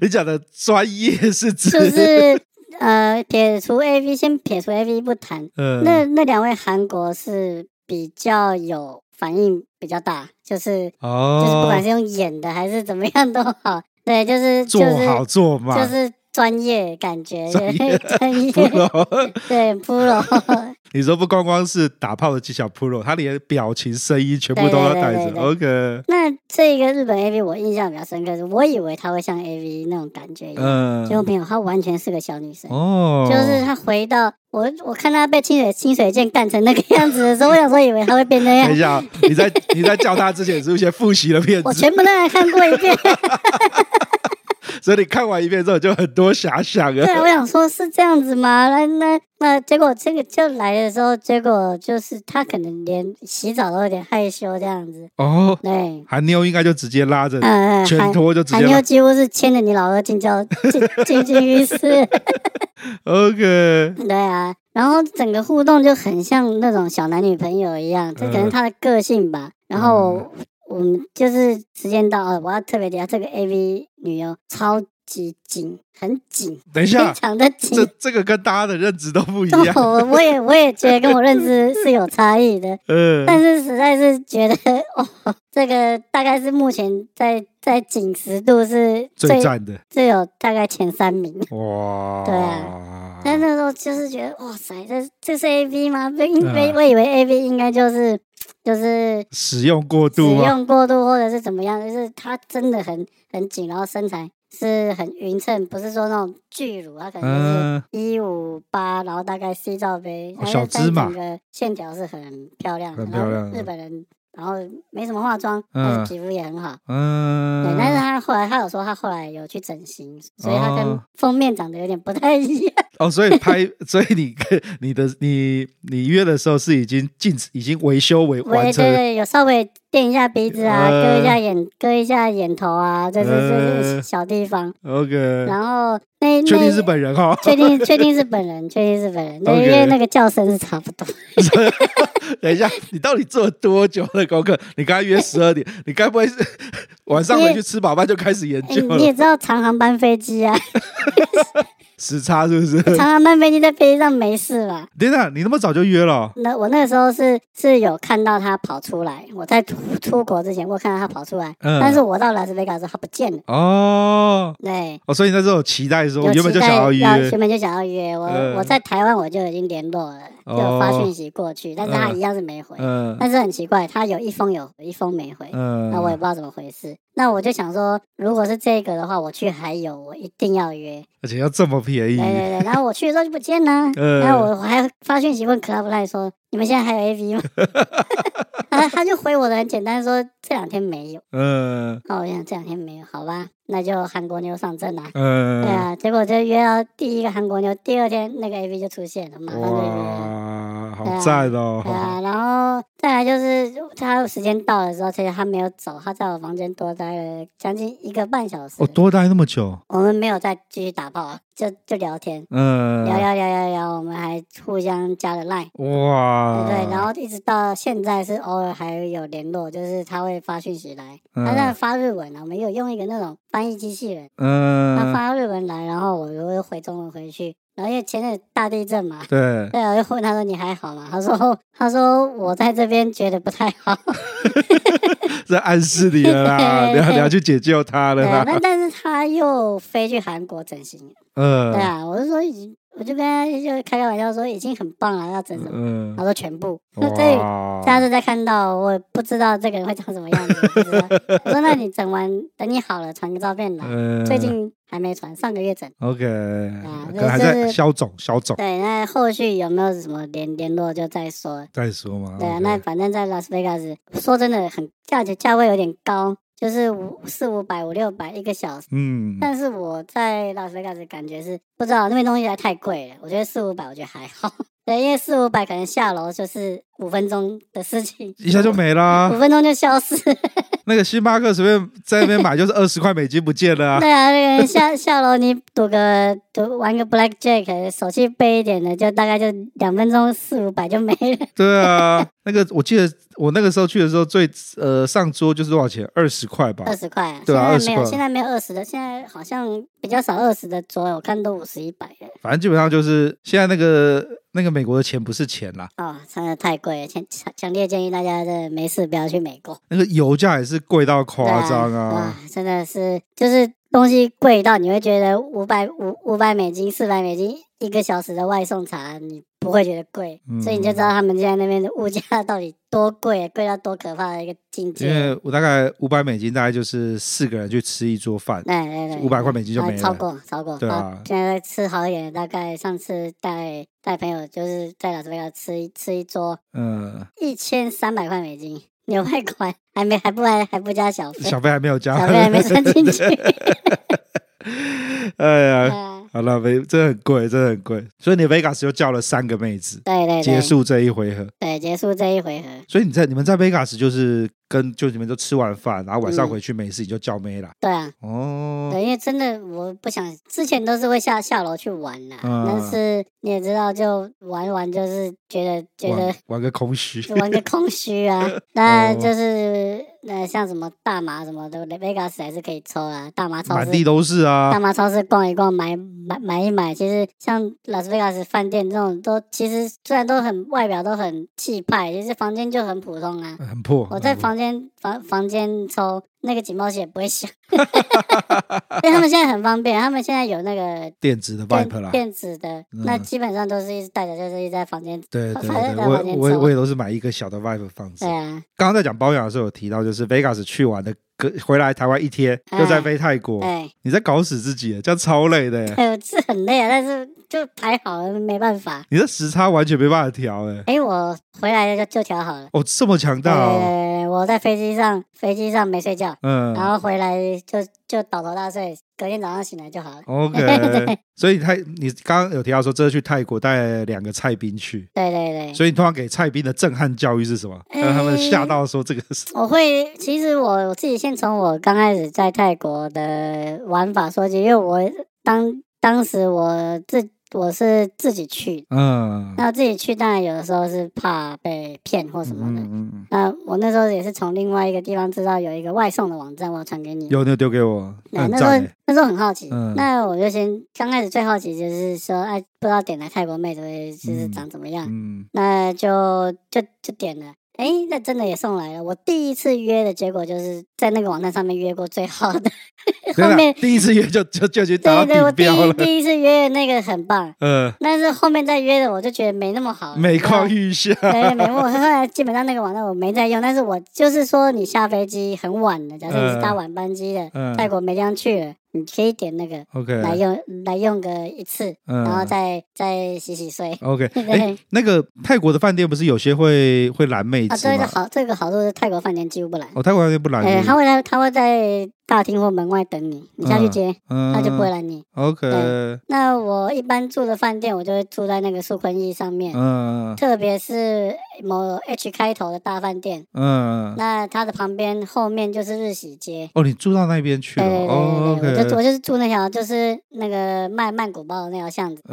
Speaker 1: 你讲的专业是 (laughs) 指
Speaker 2: 就是呃，撇除 A V，先撇除 A V 不谈，
Speaker 1: 呃
Speaker 2: 那那两位韩国是比较有反应比较大，就是就
Speaker 1: 哦，
Speaker 2: 是不管是用演的还是怎么样都好， (laughs) 对，就是就
Speaker 1: 做好
Speaker 2: 是
Speaker 1: 做嘛，
Speaker 2: 就是专业感
Speaker 1: (laughs)
Speaker 2: 觉，
Speaker 1: 专业
Speaker 2: 对 (laughs) 专业，
Speaker 1: pro。
Speaker 2: 对，pro，
Speaker 1: 你说不光光是打炮的技巧 pro，他连表情、声音全部都要带着。
Speaker 2: 对
Speaker 1: OK，
Speaker 2: (laughs) 那这个日本 A V 我印象比较深刻，是我以为他会像 A V 那种感觉一样，结果
Speaker 1: 嗯，
Speaker 2: 没有，他完全是个小女生。
Speaker 1: 哦，
Speaker 2: 就是他回到我，我看他被清水清水剑干成那个样子的时候，我想说以为他会变那
Speaker 1: 等一
Speaker 2: 样，
Speaker 1: 下，你在你在叫他之前是不是先复习了片
Speaker 2: 我
Speaker 1: 子？
Speaker 2: 全部都来看过一
Speaker 1: (laughs)
Speaker 2: 遍。
Speaker 1: 所以你看完一遍之后就很多遐想啊
Speaker 2: 对，啊我
Speaker 1: 了。
Speaker 2: 想说是这样子吗？那那那结果这个就来的时候，结果就是他可能连洗澡都有点害羞这样子。
Speaker 1: 哦，
Speaker 2: 对，
Speaker 1: 韩妞应该就直接拉着
Speaker 2: 嗯、呃，
Speaker 1: 全
Speaker 2: 韩
Speaker 1: 脱就直
Speaker 2: 韩
Speaker 1: 接
Speaker 2: 妞
Speaker 1: 拉。
Speaker 2: 几乎是牵着你老二进教进进进浴室。
Speaker 1: OK，
Speaker 2: 对啊，然后整个互动就很像那种小男女朋友一样，这可能
Speaker 1: 嗯
Speaker 2: 他的个性吧。然后我我们就是时间到了，我要特别提下这个 A V 女优超级紧，很紧，
Speaker 1: 等一
Speaker 2: 非
Speaker 1: 下，
Speaker 2: 常的紧哦
Speaker 1: 这。这个跟大家的认知都不一样。
Speaker 2: 我我也我也觉得跟我认知是有差异的，
Speaker 1: 嗯，
Speaker 2: 但是实在是觉得哦，这个大概是目前在在紧实度是
Speaker 1: 最
Speaker 2: 最
Speaker 1: 赞的
Speaker 2: 最有大概前三名。
Speaker 1: 哇！
Speaker 2: 对
Speaker 1: 啊
Speaker 2: 但那时候就是觉得，哇塞，这这是 A V 吗？不应
Speaker 1: 对啊
Speaker 2: 为我以为 A V 应该就是就是
Speaker 1: 使用过
Speaker 2: 使
Speaker 1: 度吗？
Speaker 2: 用过度或者是怎么样，就是它真的很很紧，然后身材是很匀称，不是说那种巨乳，它可能
Speaker 1: 嗯，
Speaker 2: 就是一五八，然后大概 C 罩杯，
Speaker 1: 哦
Speaker 2: 它
Speaker 1: 小
Speaker 2: 就
Speaker 1: 芝麻
Speaker 2: 整个线条是很漂亮的，
Speaker 1: 很漂亮
Speaker 2: 然后日本人。然后没什么化妆，但
Speaker 1: 嗯
Speaker 2: 是皮肤也很好。对，
Speaker 1: 嗯，
Speaker 2: 但是他后来他有说他后来有去整形，所以他
Speaker 1: 哦
Speaker 2: 跟封面长得有点不太一样。
Speaker 1: 哦，所以拍，所以你跟你的你你约的时候是已经禁止，已经维修维
Speaker 2: 我
Speaker 1: 完
Speaker 2: 也
Speaker 1: 成
Speaker 2: 对对，有稍微垫一下鼻子啊，
Speaker 1: 呃
Speaker 2: 割一下眼，割一下眼头啊，这这这
Speaker 1: 呃
Speaker 2: 些小地方。
Speaker 1: ，OK，
Speaker 2: 然后那
Speaker 1: 确
Speaker 2: 那
Speaker 1: 定是本人哈、哦。
Speaker 2: 确定确定是本人， (laughs) 确定是本人，对，因
Speaker 1: OK
Speaker 2: 为那个叫声是差不
Speaker 1: (laughs)
Speaker 2: 多。
Speaker 1: 等一下，你到底做了多久的功课？你刚才约十二点，你该不会是晚上回去吃饱饭就开始研
Speaker 2: 哎
Speaker 1: 究
Speaker 2: 你也
Speaker 1: 了？
Speaker 2: 知道长航班飞
Speaker 1: (laughs)
Speaker 2: 机啊， (laughs)
Speaker 1: 时差是不是？
Speaker 2: 长航班飞机在飞机上没事吧？
Speaker 1: 等等，你那么早就约了哦、
Speaker 2: 那我那个时候是是有看到他跑出来，我在出出国之前我有看到他跑出来，
Speaker 1: 嗯
Speaker 2: 但是我到拉斯维加斯他不见了。
Speaker 1: 哦，
Speaker 2: 对，
Speaker 1: 哦，所以你那时候有期待说，我
Speaker 2: 有
Speaker 1: 原本
Speaker 2: 期
Speaker 1: 就
Speaker 2: 待
Speaker 1: 想要约，
Speaker 2: 原本就想要约我，
Speaker 1: 嗯
Speaker 2: 我在台湾我就已经联络了，就有发
Speaker 1: 哦
Speaker 2: 讯息过去，但是他
Speaker 1: 嗯
Speaker 2: 一样是没回。
Speaker 1: 嗯
Speaker 2: 但是很奇怪，他有一封有回一封没回，
Speaker 1: 嗯，
Speaker 2: 那我也不知道怎么回事。那我就想说，如果是这个的话，我去还有，我一定要约。
Speaker 1: 而且要这么便宜
Speaker 2: 对，对对，然后我去的时候就不见
Speaker 1: (laughs)
Speaker 2: 了，
Speaker 1: 嗯
Speaker 2: 然后我还发讯息问 Club Live 说：“你们现在还有
Speaker 1: (laughs)
Speaker 2: AV 吗？”他他就回我的很简单说：“这两天没有。
Speaker 1: 嗯”
Speaker 2: 哦，我想这两天没有，好吧，那就韩国妞上阵啦。对
Speaker 1: 嗯，
Speaker 2: 啊，结果就约到第一个韩国妞，第二天那个 AV 就出现了，马上就约了。
Speaker 1: 哇，嗯好赞哦
Speaker 2: 对！啊，然后再来就是他时间到的时候，其实他没有走，他在我房间多待了将近一个半小时。
Speaker 1: 哦，多待那么久，
Speaker 2: 我们没有再继续打炮，就就聊天，
Speaker 1: 嗯，
Speaker 2: 聊聊聊聊聊，我们还互相加了 line，、
Speaker 1: 哇，
Speaker 2: 对对，然后一直到现在是偶尔还有联络，就是他会发讯息来，
Speaker 1: 嗯
Speaker 2: 他在发日文啊，我们有用一个那种翻译机器人，他
Speaker 1: 嗯，
Speaker 2: 发日文来，然后我我又回中文回去，然后因为前阵子大地震嘛， (laughs)
Speaker 1: 对，
Speaker 2: 对啊，我就问他说你还好吗？他说他说我在这边觉得不太好，
Speaker 1: 在暗示你了啦，
Speaker 2: 对对
Speaker 1: 你
Speaker 2: 对
Speaker 1: 要你要去解救他了
Speaker 2: 对啊，但
Speaker 1: 啦，
Speaker 2: 但是他又飞去韩国整形，对
Speaker 1: 嗯
Speaker 2: 啊，我就说已经，我就跟他就开个玩笑说已经很棒了，要整什么？
Speaker 1: 嗯
Speaker 2: 他，说全部，那这里下
Speaker 1: 哇，
Speaker 2: 次再看到我不知道这个人会长什么样子，不知道我说那你整完等你好了传个照片来，
Speaker 1: 嗯
Speaker 2: 最近还没传，上个月整。
Speaker 1: OK，
Speaker 2: 啊
Speaker 1: 可
Speaker 2: 这
Speaker 1: 能还
Speaker 2: 就
Speaker 1: 在
Speaker 2: 是
Speaker 1: 消肿消肿
Speaker 2: 对，那后续有没有什么联联络就再说。
Speaker 1: 再说嘛，
Speaker 2: 对啊，
Speaker 1: OK
Speaker 2: 那反正在拉斯维加斯，说真的很价钱价位有点高，就是五四五百五六百一个小时。
Speaker 1: 嗯，
Speaker 2: 但是我在拉斯维加斯感觉是不知道那边东西还太贵了，我觉得四五百我觉得还好， (laughs) 对，因为四五百可能下楼就是五分钟的事情，
Speaker 1: 一下就没啦
Speaker 2: (laughs) 五，分钟就消失。
Speaker 1: 那个星巴克随便在那边买就是二十块美金不见了啊，
Speaker 2: (laughs) 对啊，那个下下楼你赌个赌玩个 black jack，手气背一点的，就大概就两分钟四五百就没了。
Speaker 1: 对啊，那个我记得我那个时候去的时候最呃上桌就是多少钱？二十块吧
Speaker 2: 二。十块啊，
Speaker 1: 对啊20
Speaker 2: 现在没有，
Speaker 1: 块
Speaker 2: 现在没有二十的，现在好像比较少二十的左右，我看都五十一百的。
Speaker 1: 反正基本上就是现在那个那个美国的钱不是钱啦，
Speaker 2: 哦，真的太贵了，强强强烈建议大家这没事不要去美国，
Speaker 1: 那个油价也是贵到夸张
Speaker 2: 对哇
Speaker 1: 啊。，
Speaker 2: 真的是就是东西贵到你会觉得五百五五百美金、四百美金一个小时的外送茶，你不会觉得贵，
Speaker 1: 嗯
Speaker 2: 所以你就知道他们现在那边的物价到底多贵，贵到多可怕的一个境
Speaker 1: 因
Speaker 2: 界。
Speaker 1: 为我大概五百美金，大概就是四个人去吃一桌饭，
Speaker 2: 对对对，
Speaker 1: 五百块美金就
Speaker 2: 啊
Speaker 1: 没
Speaker 2: 超
Speaker 1: 了。
Speaker 2: 过超过，
Speaker 1: 对啊
Speaker 2: 好现在吃好一点的，大概上次带带朋友就是在拉斯维加斯吃一吃一桌
Speaker 1: 嗯，
Speaker 2: 一千三百块美金，纽外款还没还不还还不加小费，
Speaker 1: 小费还没有加，
Speaker 2: 小费还没算进去。
Speaker 1: (laughs) 哎呀，
Speaker 2: 呃
Speaker 1: 好了，没，真的很贵，真的很贵。所以你 Vegas 又叫了三个妹子，
Speaker 2: 对对对，
Speaker 1: 结束这一回合。
Speaker 2: 对结束这一回合，
Speaker 1: 所以你在你们在 Vegas 就是跟就你们都吃完饭，然后晚上
Speaker 2: 嗯
Speaker 1: 回去没事你就叫妹啦。
Speaker 2: 对啊，
Speaker 1: 哦，
Speaker 2: 对，因为真的我不想，之前都是会下下楼去玩啦，
Speaker 1: 嗯
Speaker 2: 但是你也知道，就玩玩就是觉得觉得
Speaker 1: 玩玩个空虚，
Speaker 2: 玩个空虚啊。
Speaker 1: (laughs) 哦
Speaker 2: 那就是那像什么大麻什么的，Vegas 还是可以抽啊。大麻超
Speaker 1: 满地
Speaker 2: 市，
Speaker 1: 都是
Speaker 2: 大
Speaker 1: 啊。
Speaker 2: 麻超市逛一逛，买买买一买。其实像 Las Vegas 饭店这种都，其实虽然都很外表都很气派，其实房间就很普通啊。
Speaker 1: 很破，
Speaker 2: 我在
Speaker 1: 很破
Speaker 2: 房间房房间抽那个警报器也不会 (laughs) 响，
Speaker 1: 嗯
Speaker 2: 因为他们现在很方便，他们现在有那个
Speaker 1: 电子的 vibe
Speaker 2: 电
Speaker 1: 啦，
Speaker 2: 电子的，那
Speaker 1: 嗯
Speaker 2: 基本上都是一直带着，就是一直在房间。
Speaker 1: 对对
Speaker 2: 啊反
Speaker 1: 对，
Speaker 2: 正在
Speaker 1: 我
Speaker 2: 房间
Speaker 1: 我也
Speaker 2: 抽
Speaker 1: 我也都是买一个小的 vibe 放置
Speaker 2: 对。啊，
Speaker 1: 刚刚在讲包养的时候有提到，就是 Vegas 去玩的，隔回来台湾一天，
Speaker 2: 嗯
Speaker 1: 又再飞泰国，
Speaker 2: 哎。
Speaker 1: 你在搞死自己，这样超累 (laughs) 的。
Speaker 2: 哎呦，是很累啊，但是就排好了，没办法。
Speaker 1: 你的时差完全没办法调哎。
Speaker 2: 哎，我回来就就调好了。
Speaker 1: 哦，这么强大
Speaker 2: 对对
Speaker 1: 哦！
Speaker 2: 对，我在飞机上，飞机上没睡觉，
Speaker 1: 嗯
Speaker 2: 然后回来就就倒头大睡，隔天早上醒来就好
Speaker 1: 哦
Speaker 2: 了。
Speaker 1: ，OK，所以泰，你刚刚有提到说，这次去泰国带两个蔡兵去，
Speaker 2: 对对对，
Speaker 1: 所以你通常给蔡兵的震撼教育是什么？让他们吓到说这个
Speaker 2: (laughs)
Speaker 1: 是
Speaker 2: 我会，其实我我自己先从我刚开始在泰国的玩法说起，因为我当当时我自我是自己去，
Speaker 1: 嗯
Speaker 2: 那自己去当然有的时候是怕被骗或什么的。
Speaker 1: 嗯嗯，
Speaker 2: 那我那时候也是从另外一个地方知道有一个外送的网站，我传给你。
Speaker 1: 有那丢给我，那很
Speaker 2: 那那
Speaker 1: 赞
Speaker 2: 时候
Speaker 1: 欸
Speaker 2: 那时候很好奇，
Speaker 1: 嗯
Speaker 2: 那我就先刚开始最好奇就是说，哎，不知道点来泰国妹子会就是
Speaker 1: 嗯
Speaker 2: 长怎么样，
Speaker 1: 嗯
Speaker 2: 那就就就点了。哎，那真的也送来了。我第一次约的结果就是在那个网站上面约过最好的， (laughs)
Speaker 1: 真
Speaker 2: 后
Speaker 1: 的
Speaker 2: 面
Speaker 1: 第一次约就 (laughs) 就就去达
Speaker 2: 对对，
Speaker 1: 到
Speaker 2: 我
Speaker 1: 底
Speaker 2: 第
Speaker 1: 标
Speaker 2: 一
Speaker 1: 了，
Speaker 2: 第一次约的那个很棒，
Speaker 1: (laughs) 呃，
Speaker 2: 但是后面再约的我就觉得没那么好了，啊
Speaker 1: 每
Speaker 2: 然后
Speaker 1: 况愈
Speaker 2: (laughs)
Speaker 1: 下，
Speaker 2: 对，没我后来基本上那个网站我没在用，但是我就是说你下飞机很晚了，假设你是搭
Speaker 1: 嗯
Speaker 2: 晚班机的，
Speaker 1: 嗯
Speaker 2: 泰国没地方去了，你可以点那个
Speaker 1: OK，
Speaker 2: 来用来用个一次，
Speaker 1: 嗯
Speaker 2: 然后再再洗洗睡。
Speaker 1: OK，哎
Speaker 2: (laughs) 对，
Speaker 1: 那个泰国的饭店不是有些会会拦妹
Speaker 2: 啊，
Speaker 1: 子
Speaker 2: 这个
Speaker 1: 吗？
Speaker 2: 好，这个好处是泰国饭店几乎不来，
Speaker 1: 哦，泰国饭店不拦
Speaker 2: 呃，
Speaker 1: 是
Speaker 2: 他
Speaker 1: 不是，
Speaker 2: 会在他会在大厅或门外等你，你下去接，
Speaker 1: 嗯
Speaker 2: 他就不会拦你。
Speaker 1: OK，
Speaker 2: 对那我一般住的饭店，我就会住在那个素坤驿上面，
Speaker 1: 嗯
Speaker 2: 特别是某 H 开头的大饭店，
Speaker 1: 嗯，
Speaker 2: 那它的旁边后面就是日喜街。
Speaker 1: 哦，你住到那边去
Speaker 2: 对
Speaker 1: 了，
Speaker 2: 对
Speaker 1: 哦
Speaker 2: 对对对，我就我
Speaker 1: ，OK，
Speaker 2: 就是住那条就是那个卖曼谷包的那条巷子，哎、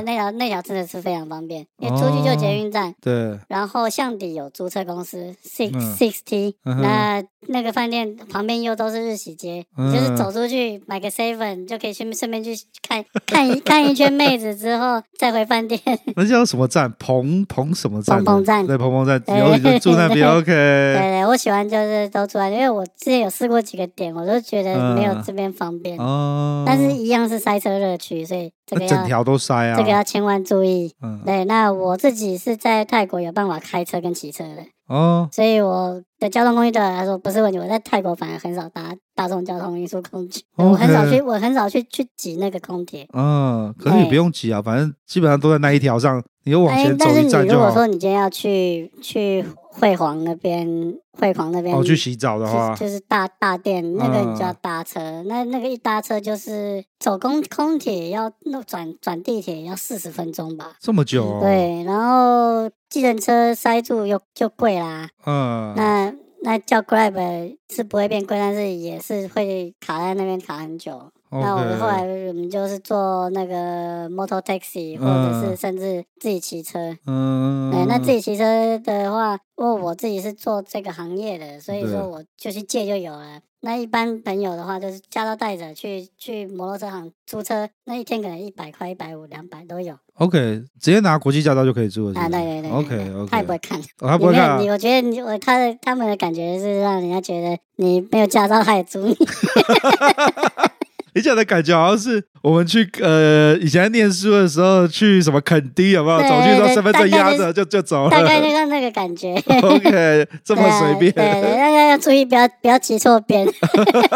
Speaker 1: 嗯，
Speaker 2: 那条那条真的是非常方便，因为出去就捷运站，
Speaker 1: 对，
Speaker 2: 然后巷底有租车公司 Six
Speaker 1: 嗯
Speaker 2: Sixty，、
Speaker 1: 嗯哼
Speaker 2: 那那个饭店旁边又都是日喜街，
Speaker 1: 嗯
Speaker 2: 你就是走出去买个 seven 就可以去顺便去看看一看一圈妹子之后再回
Speaker 1: (laughs)
Speaker 2: 饭店。
Speaker 1: 那叫什么站？彭彭什么站？
Speaker 2: 彭彭站
Speaker 1: 对，彭彭站，
Speaker 2: 对
Speaker 1: 然后你就住那边
Speaker 2: (laughs) 对
Speaker 1: ，OK，
Speaker 2: 对，我喜欢就是都住在，因为我之前有试过几个点，我都觉得没有
Speaker 1: 嗯
Speaker 2: 这边方便，
Speaker 1: 哦，
Speaker 2: 但是一样是塞车热区，所以这个
Speaker 1: 那
Speaker 2: 要
Speaker 1: 整、条都塞啊，
Speaker 2: 这个要千万注意。
Speaker 1: 嗯，
Speaker 2: 对，那我自己是在泰国有办法开车跟骑车的，
Speaker 1: 哦，
Speaker 2: 所以我的交通工具对我来说不是问题。我在泰国反而很少搭大众交通运输工具，我很少去，我很少去去挤那个空铁。
Speaker 1: 嗯，可是你
Speaker 2: 对哎
Speaker 1: 不用急啊，反正基本上都在那一条上，你就往前走
Speaker 2: 但是
Speaker 1: 一
Speaker 2: 你
Speaker 1: 站
Speaker 2: 如
Speaker 1: 就
Speaker 2: 果
Speaker 1: 好
Speaker 2: 说。你今天要去去惠皇那边，惠皇那边
Speaker 1: 哦，去洗澡的话
Speaker 2: 就，就是大大殿那个你就要
Speaker 1: 嗯
Speaker 2: 搭车，那那个一搭车就是走公空铁要那转转地铁也要四十分钟吧。
Speaker 1: 这么久、哦？，
Speaker 2: 对，然后计程车塞住又就贵啦，
Speaker 1: 嗯，
Speaker 2: 那那叫 Grab 是不会变贵，但是也是会卡在那边卡很久。那我们
Speaker 1: OK
Speaker 2: 后来我们就是坐那个 motor taxi，或者是
Speaker 1: 嗯
Speaker 2: 甚至自己骑车。
Speaker 1: 嗯，
Speaker 2: 对，那自己骑车的话，因为我自己是做这个行业的，所以
Speaker 1: 对
Speaker 2: 说我就去借就有了。那一般朋友的话，就是驾照带着去去摩托车行租车，那一天可能一百块、一百五、两百都有。
Speaker 1: OK，直接拿国际驾照就可以住了。
Speaker 2: 啊，对对对对
Speaker 1: OK OK，
Speaker 2: 他也不会看。
Speaker 1: 哦，他
Speaker 2: 你
Speaker 1: 不会
Speaker 2: 没有
Speaker 1: 看、啊
Speaker 2: 你，我觉得你我他的他们的感觉是让人家觉得你没有驾照，他也租你。
Speaker 1: 你讲的感觉好像是我们去呃以前念书的时候去什么垦丁有没有？
Speaker 2: 对
Speaker 1: 走去
Speaker 2: 对
Speaker 1: 都
Speaker 2: 对
Speaker 1: 身份证
Speaker 2: 大概
Speaker 1: 压
Speaker 2: 就是
Speaker 1: 着就就走了。
Speaker 2: (laughs) 大概就像那个感觉。 (laughs)
Speaker 1: OK，这么随便。
Speaker 2: 对啊对对，大家要注意，不要不要骑错边。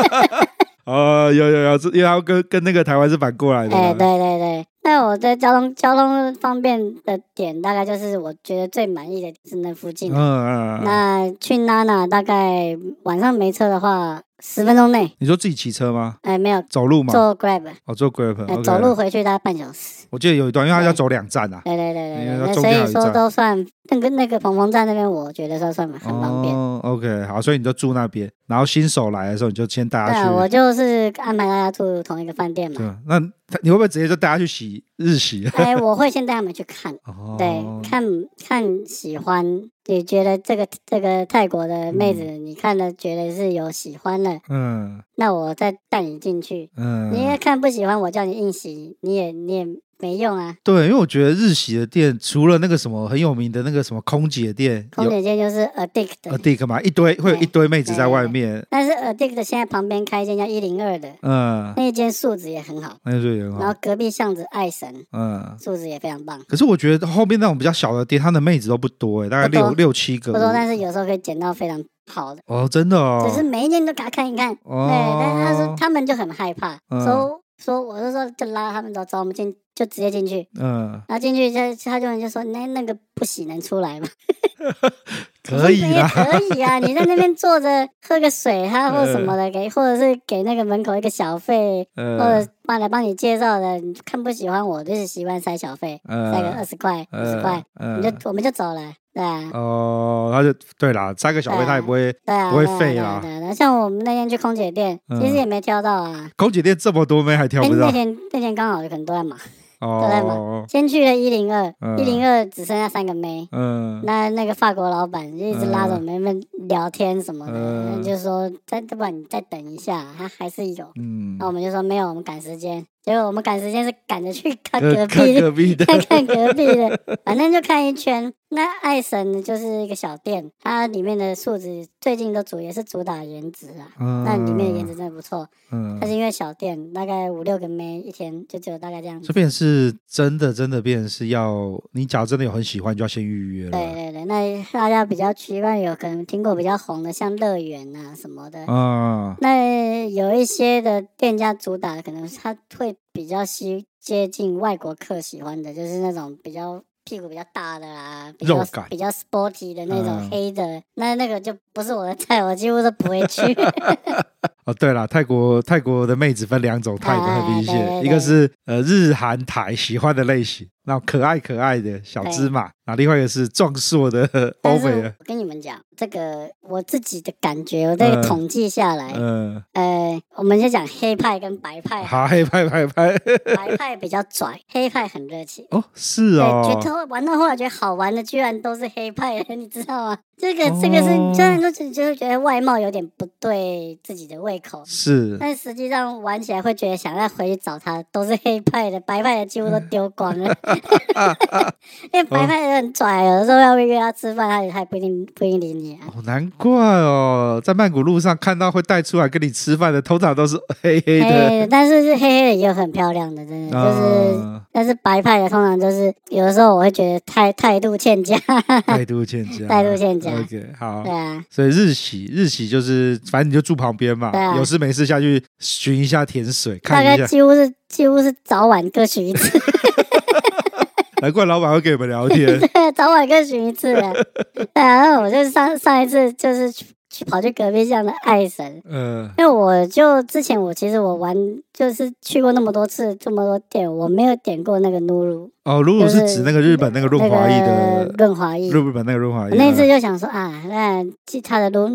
Speaker 1: (laughs) 哦，有有有，这因为它跟跟那个台湾是反过来的嘛。
Speaker 2: 哎，对对对。那我在交通交通方面的点，大概就是我觉得最满意的就是那附近
Speaker 1: 嗯。嗯。嗯
Speaker 2: 那去娜娜大概晚上没车的话，十分钟内，
Speaker 1: 你说自己骑车吗？
Speaker 2: 哎，没有
Speaker 1: 走路吗？
Speaker 2: 坐 Grab，
Speaker 1: 哦，坐 Grab、
Speaker 2: 哎，
Speaker 1: OK
Speaker 2: 走路。哎回去大概半小时。
Speaker 1: 我记得有一段，因为它要走两站啊。
Speaker 2: 对对对对
Speaker 1: 因为它
Speaker 2: 对，那
Speaker 1: 中
Speaker 2: 所
Speaker 1: 间还有
Speaker 2: 以
Speaker 1: 一
Speaker 2: 说
Speaker 1: 站
Speaker 2: 都算那个那个彭彭站那边，我觉得都算很方便。
Speaker 1: 哦，OK，好，所以你就住那边，然后新手来的时候你就先带
Speaker 2: 对
Speaker 1: 他
Speaker 2: 啊，
Speaker 1: 去。
Speaker 2: 我就是安排大家住同一个饭店
Speaker 1: 对
Speaker 2: 嘛。
Speaker 1: 啊，那他你会不会直接就带他去洗日洗？啊
Speaker 2: 哎，我会先带他们去看，
Speaker 1: 哦
Speaker 2: (laughs) 对，看看喜欢，也觉得这个这个泰国的妹子，你看了觉得是有喜欢了，
Speaker 1: 嗯
Speaker 2: 那我再带你进去。你要
Speaker 1: 嗯，
Speaker 2: 看不喜欢，我叫你硬洗，你也你也没用啊。
Speaker 1: 对，因为我觉得日洗的店除了那个什么很有名的那个什么空姐店
Speaker 2: 空
Speaker 1: 有
Speaker 2: 姐街就是
Speaker 1: 呃
Speaker 2: addict，
Speaker 1: d i 嘛，一堆会有一堆妹子在外面，
Speaker 2: 但是 addict 现在旁边开一间叫一零二的，
Speaker 1: 嗯，
Speaker 2: 那一间素质也很好，
Speaker 1: 那就也很
Speaker 2: 然
Speaker 1: 好
Speaker 2: 后，隔壁巷子爱神
Speaker 1: 嗯。
Speaker 2: 素质也非常棒。
Speaker 1: 可是我觉得后面那种比较小的店，它的妹子都不多哎，大概
Speaker 2: 不多
Speaker 1: 六六七个
Speaker 2: 不。多，但是有时候可以捡到非常好的，
Speaker 1: 哦，真的哦
Speaker 2: 只。是每一件都给他看一看。对，但是他说
Speaker 1: 哦，
Speaker 2: 他们就很害怕，
Speaker 1: 嗯
Speaker 2: 说说我就说就拉他们走，走我们进就直接进去，
Speaker 1: 嗯，
Speaker 2: 然后进去他他就就说那那个不洗能出来吗？
Speaker 1: 可以
Speaker 2: 也
Speaker 1: 啦，
Speaker 2: 可以啊！你在那边坐着喝个水哈，或
Speaker 1: 嗯
Speaker 2: 什么的，给或者是给那个门口一个小费，或
Speaker 1: 呃
Speaker 2: 者帮来帮你介绍的，你看不喜欢我就是喜欢塞小费，塞个
Speaker 1: 呃
Speaker 2: 二十块、五十
Speaker 1: 呃
Speaker 2: 块，
Speaker 1: 呃
Speaker 2: 你就我们就走了，对啊，
Speaker 1: 哦，他就对啦，塞个小费他也不会，
Speaker 2: 对啊，
Speaker 1: 不会
Speaker 2: 对啊
Speaker 1: 废
Speaker 2: 对
Speaker 1: 啦
Speaker 2: 啊对啊对啊像我们那天去空姐店，其实
Speaker 1: 嗯
Speaker 2: 也没挑到啊。
Speaker 1: 空姐店这么多妹还挑
Speaker 2: 哎，
Speaker 1: 不
Speaker 2: 那
Speaker 1: 到
Speaker 2: 天那天刚好有很多在忙，都在忙
Speaker 1: 哦，，
Speaker 2: 先去了一零二，
Speaker 1: 嗯
Speaker 2: 一零二只剩下三个妹。
Speaker 1: 嗯
Speaker 2: 那那个法国老板就一直拉着我们们聊天什么的，
Speaker 1: 嗯
Speaker 2: 就说再不然你再等一下，他还是有。
Speaker 1: 嗯
Speaker 2: 那，我们就说没有，我们赶时间。结果我们赶时间是赶着
Speaker 1: (laughs)
Speaker 2: 去看
Speaker 1: 呃
Speaker 2: 隔
Speaker 1: 看
Speaker 2: (laughs) 壁的，
Speaker 1: 隔壁的，
Speaker 2: 看看隔壁的，反正就看一圈。那爱神就是一个小店，它里面的素质最近都主也是主打颜值啊。那里面的颜值真的不错，
Speaker 1: 嗯，嗯，
Speaker 2: 但是因为小店大概五六个妹一天就只有大概这样子
Speaker 1: 这。边是真的，真的变是要你假如真的有很喜欢，就要先预约
Speaker 2: 对
Speaker 1: 了。
Speaker 2: 对对，那大家比较习惯有可能听过比较红的，像乐园啊什么的。
Speaker 1: 啊，
Speaker 2: 那有一些的店家主打，可能它会比较吸接近外国客喜欢的，就是那种比较屁股比较大的啦，比较
Speaker 1: 肉感
Speaker 2: 比较 sporty 的那种
Speaker 1: 嗯
Speaker 2: 黑的。那那个就不是我的菜，我几乎都不会去。
Speaker 1: 哦，对了，泰国泰国的妹子分两种泰国
Speaker 2: 哎
Speaker 1: 很明
Speaker 2: 对对
Speaker 1: 显，
Speaker 2: 对
Speaker 1: 一个是呃日韩台喜欢的类型，那种可爱可爱的小芝麻，那另外一个是壮硕的 (laughs) 呵呵 (laughs) 欧
Speaker 2: 但是
Speaker 1: 美的，
Speaker 2: 我跟你们讲，这个我自己的感觉，我这个
Speaker 1: 嗯
Speaker 2: 统计下来，
Speaker 1: 嗯，
Speaker 2: 呃，我们就讲黑派跟白派好了，
Speaker 1: 好，嘿拍拍拍，
Speaker 2: 白派比较拽，黑派很热情。
Speaker 1: 哦，是
Speaker 2: 对，
Speaker 1: 哦
Speaker 2: 觉，得玩到后来觉得好玩的，居然都是黑派的，你知道吗？ (laughs) 这个这个是
Speaker 1: 哦，
Speaker 2: 虽然说只就是觉得外貌有点不对自己的胃口，
Speaker 1: 是，
Speaker 2: 但实际上玩起来会觉得想再回去找他，都是黑派的，白派的几乎都丢
Speaker 1: (laughs)
Speaker 2: 光了。 (laughs) 因为白派的人很拽，有的时候要约他吃饭，他也他也不一定不一定理你啊。
Speaker 1: 哦，难怪哦，在曼谷路上看到会带出来跟你吃饭的，通常都是黑黑的，
Speaker 2: 嘿，但是是黑黑的也有很漂亮的，真的就是。
Speaker 1: 啊
Speaker 2: 但是白派的通常就是有的时候我会觉得态态度欠佳，
Speaker 1: 态度欠佳，
Speaker 2: 态度欠佳
Speaker 1: OK，好
Speaker 2: 对。啊。
Speaker 1: 所以日喜日喜就是，反正你就住旁边嘛，
Speaker 2: 对啊
Speaker 1: 有事没事下去寻一下甜水，
Speaker 2: 大
Speaker 1: 看一
Speaker 2: 概
Speaker 1: 下。
Speaker 2: 几乎是几乎是早晚各巡一次， (laughs)
Speaker 1: 难怪老板会跟你们聊
Speaker 2: (laughs)
Speaker 1: 天。
Speaker 2: 早晚各巡一次的。对啊，那我就上上一次就是去去跑去隔壁巷的爱神，
Speaker 1: 呃，
Speaker 2: 因为我就之前我其实我玩就是去过那么多次这么多店，我没有点过那个露露
Speaker 1: 哦，露露
Speaker 2: 就是
Speaker 1: 指那个日本那个润
Speaker 2: 那
Speaker 1: 滑液
Speaker 2: 个
Speaker 1: 的，
Speaker 2: 润滑液。
Speaker 1: 日本那个润滑
Speaker 2: 我
Speaker 1: 液。嗯
Speaker 2: 那次就想说啊，那其他的都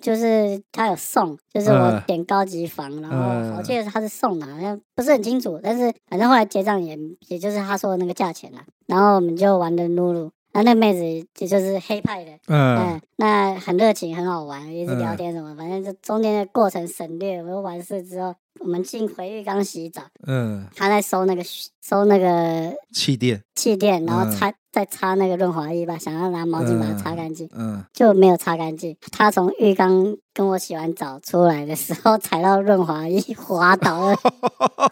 Speaker 2: 就是他有送，就是我
Speaker 1: 嗯
Speaker 2: 点高级房，然
Speaker 1: 嗯
Speaker 2: 后我记得他是送的，好像不是很清楚，但是反正后来结账也也就是他说的那个价钱了。然后我们就玩的露露，然后那妹子也就是黑派的，
Speaker 1: 嗯
Speaker 2: 嗯，那很热情，很好玩，一直聊
Speaker 1: 嗯
Speaker 2: 天什么，反正就中间的过程省略。我们完事之后，我们进回浴缸洗澡，
Speaker 1: 嗯，
Speaker 2: 他在收那个收那个
Speaker 1: 气垫，
Speaker 2: 气垫，然后
Speaker 1: 嗯
Speaker 2: 擦、再擦那个润滑液吧，想要拿毛巾把它擦
Speaker 1: 嗯
Speaker 2: 干净。
Speaker 1: 嗯，
Speaker 2: 就没有擦干净。他从浴缸跟我洗完澡出来的时候，踩到润滑液滑倒了，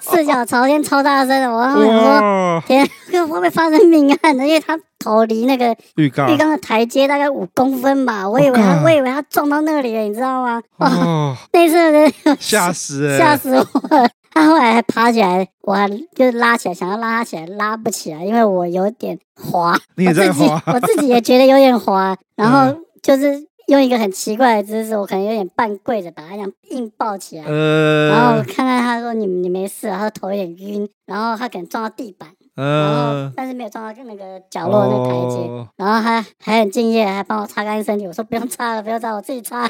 Speaker 2: 四脚朝天，超大声的。我想说，
Speaker 1: 哇，
Speaker 2: (laughs) 天，啊会不会发生命案呢？因为他头离那个
Speaker 1: 浴缸
Speaker 2: 浴缸的台阶大概五公分吧，我以为
Speaker 1: 哦
Speaker 2: 他，
Speaker 1: God
Speaker 2: 我以为他撞到那里了，你知道吗？哇，
Speaker 1: 哦，
Speaker 2: 那次真的
Speaker 1: 吓死欸
Speaker 2: 吓！死我了！ (laughs) 他后来还爬起来，我还就拉起来，想要拉他起来，拉不起来，因为我有点滑。
Speaker 1: 你也在滑嗯
Speaker 2: 我自己，我自己也觉得有
Speaker 1: (laughs)
Speaker 2: 点滑。然后就是用一个很奇怪的姿势，我可能有点半跪着把他这样硬抱起来。然后我
Speaker 1: 呃
Speaker 2: 看看他说你你没事啊，他说头有点晕，然后他可能撞到地板，然后
Speaker 1: 呃，
Speaker 2: 但是没有撞到那个角落那个台阶，
Speaker 1: 哦
Speaker 2: 然后他还很敬业，还帮我擦干身体。我说不用擦了，不用擦，我自己
Speaker 1: (laughs)
Speaker 2: 擦。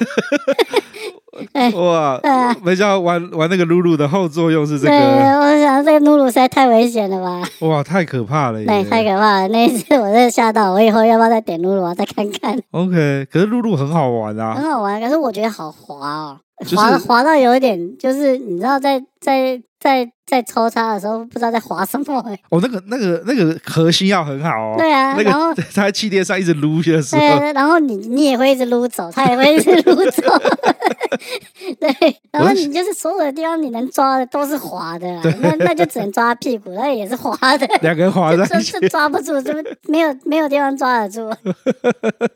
Speaker 1: 哇
Speaker 2: 呃，
Speaker 1: 哦 (laughs) 没想到玩玩那个露露的后作用是这
Speaker 2: (laughs) 对，啊
Speaker 1: 个，
Speaker 2: 我想这个露露实在太危险了吧。
Speaker 1: 哇，太可怕了耶！
Speaker 2: 对，太可怕了！那一次我真的吓到，我以后要不要再点露露啊？再看看，
Speaker 1: OK，可是露露很好玩啊
Speaker 2: 很，好玩。可是我觉得好滑哦，
Speaker 1: 就是
Speaker 2: 滑滑到有一点，就是你知道在，在在在抽插的时候，不知道在滑什么、
Speaker 1: (laughs)
Speaker 2: 欸。
Speaker 1: 哦，那个那个那个核心要很好哦，
Speaker 2: 对啊，
Speaker 1: 那
Speaker 2: 然后
Speaker 1: 个他在气垫上一直撸的时候，
Speaker 2: 对，然后你你也会一直撸走，他也会一直撸
Speaker 1: (laughs)
Speaker 2: 走。对，然后
Speaker 1: 我是
Speaker 2: 你就是所有的地方你能抓的都是滑的啦，啊那那就只能抓屁股，那也是滑的。
Speaker 1: 两个人滑在
Speaker 2: 这
Speaker 1: 一起，
Speaker 2: 这抓不住，这没有没有地方抓得住，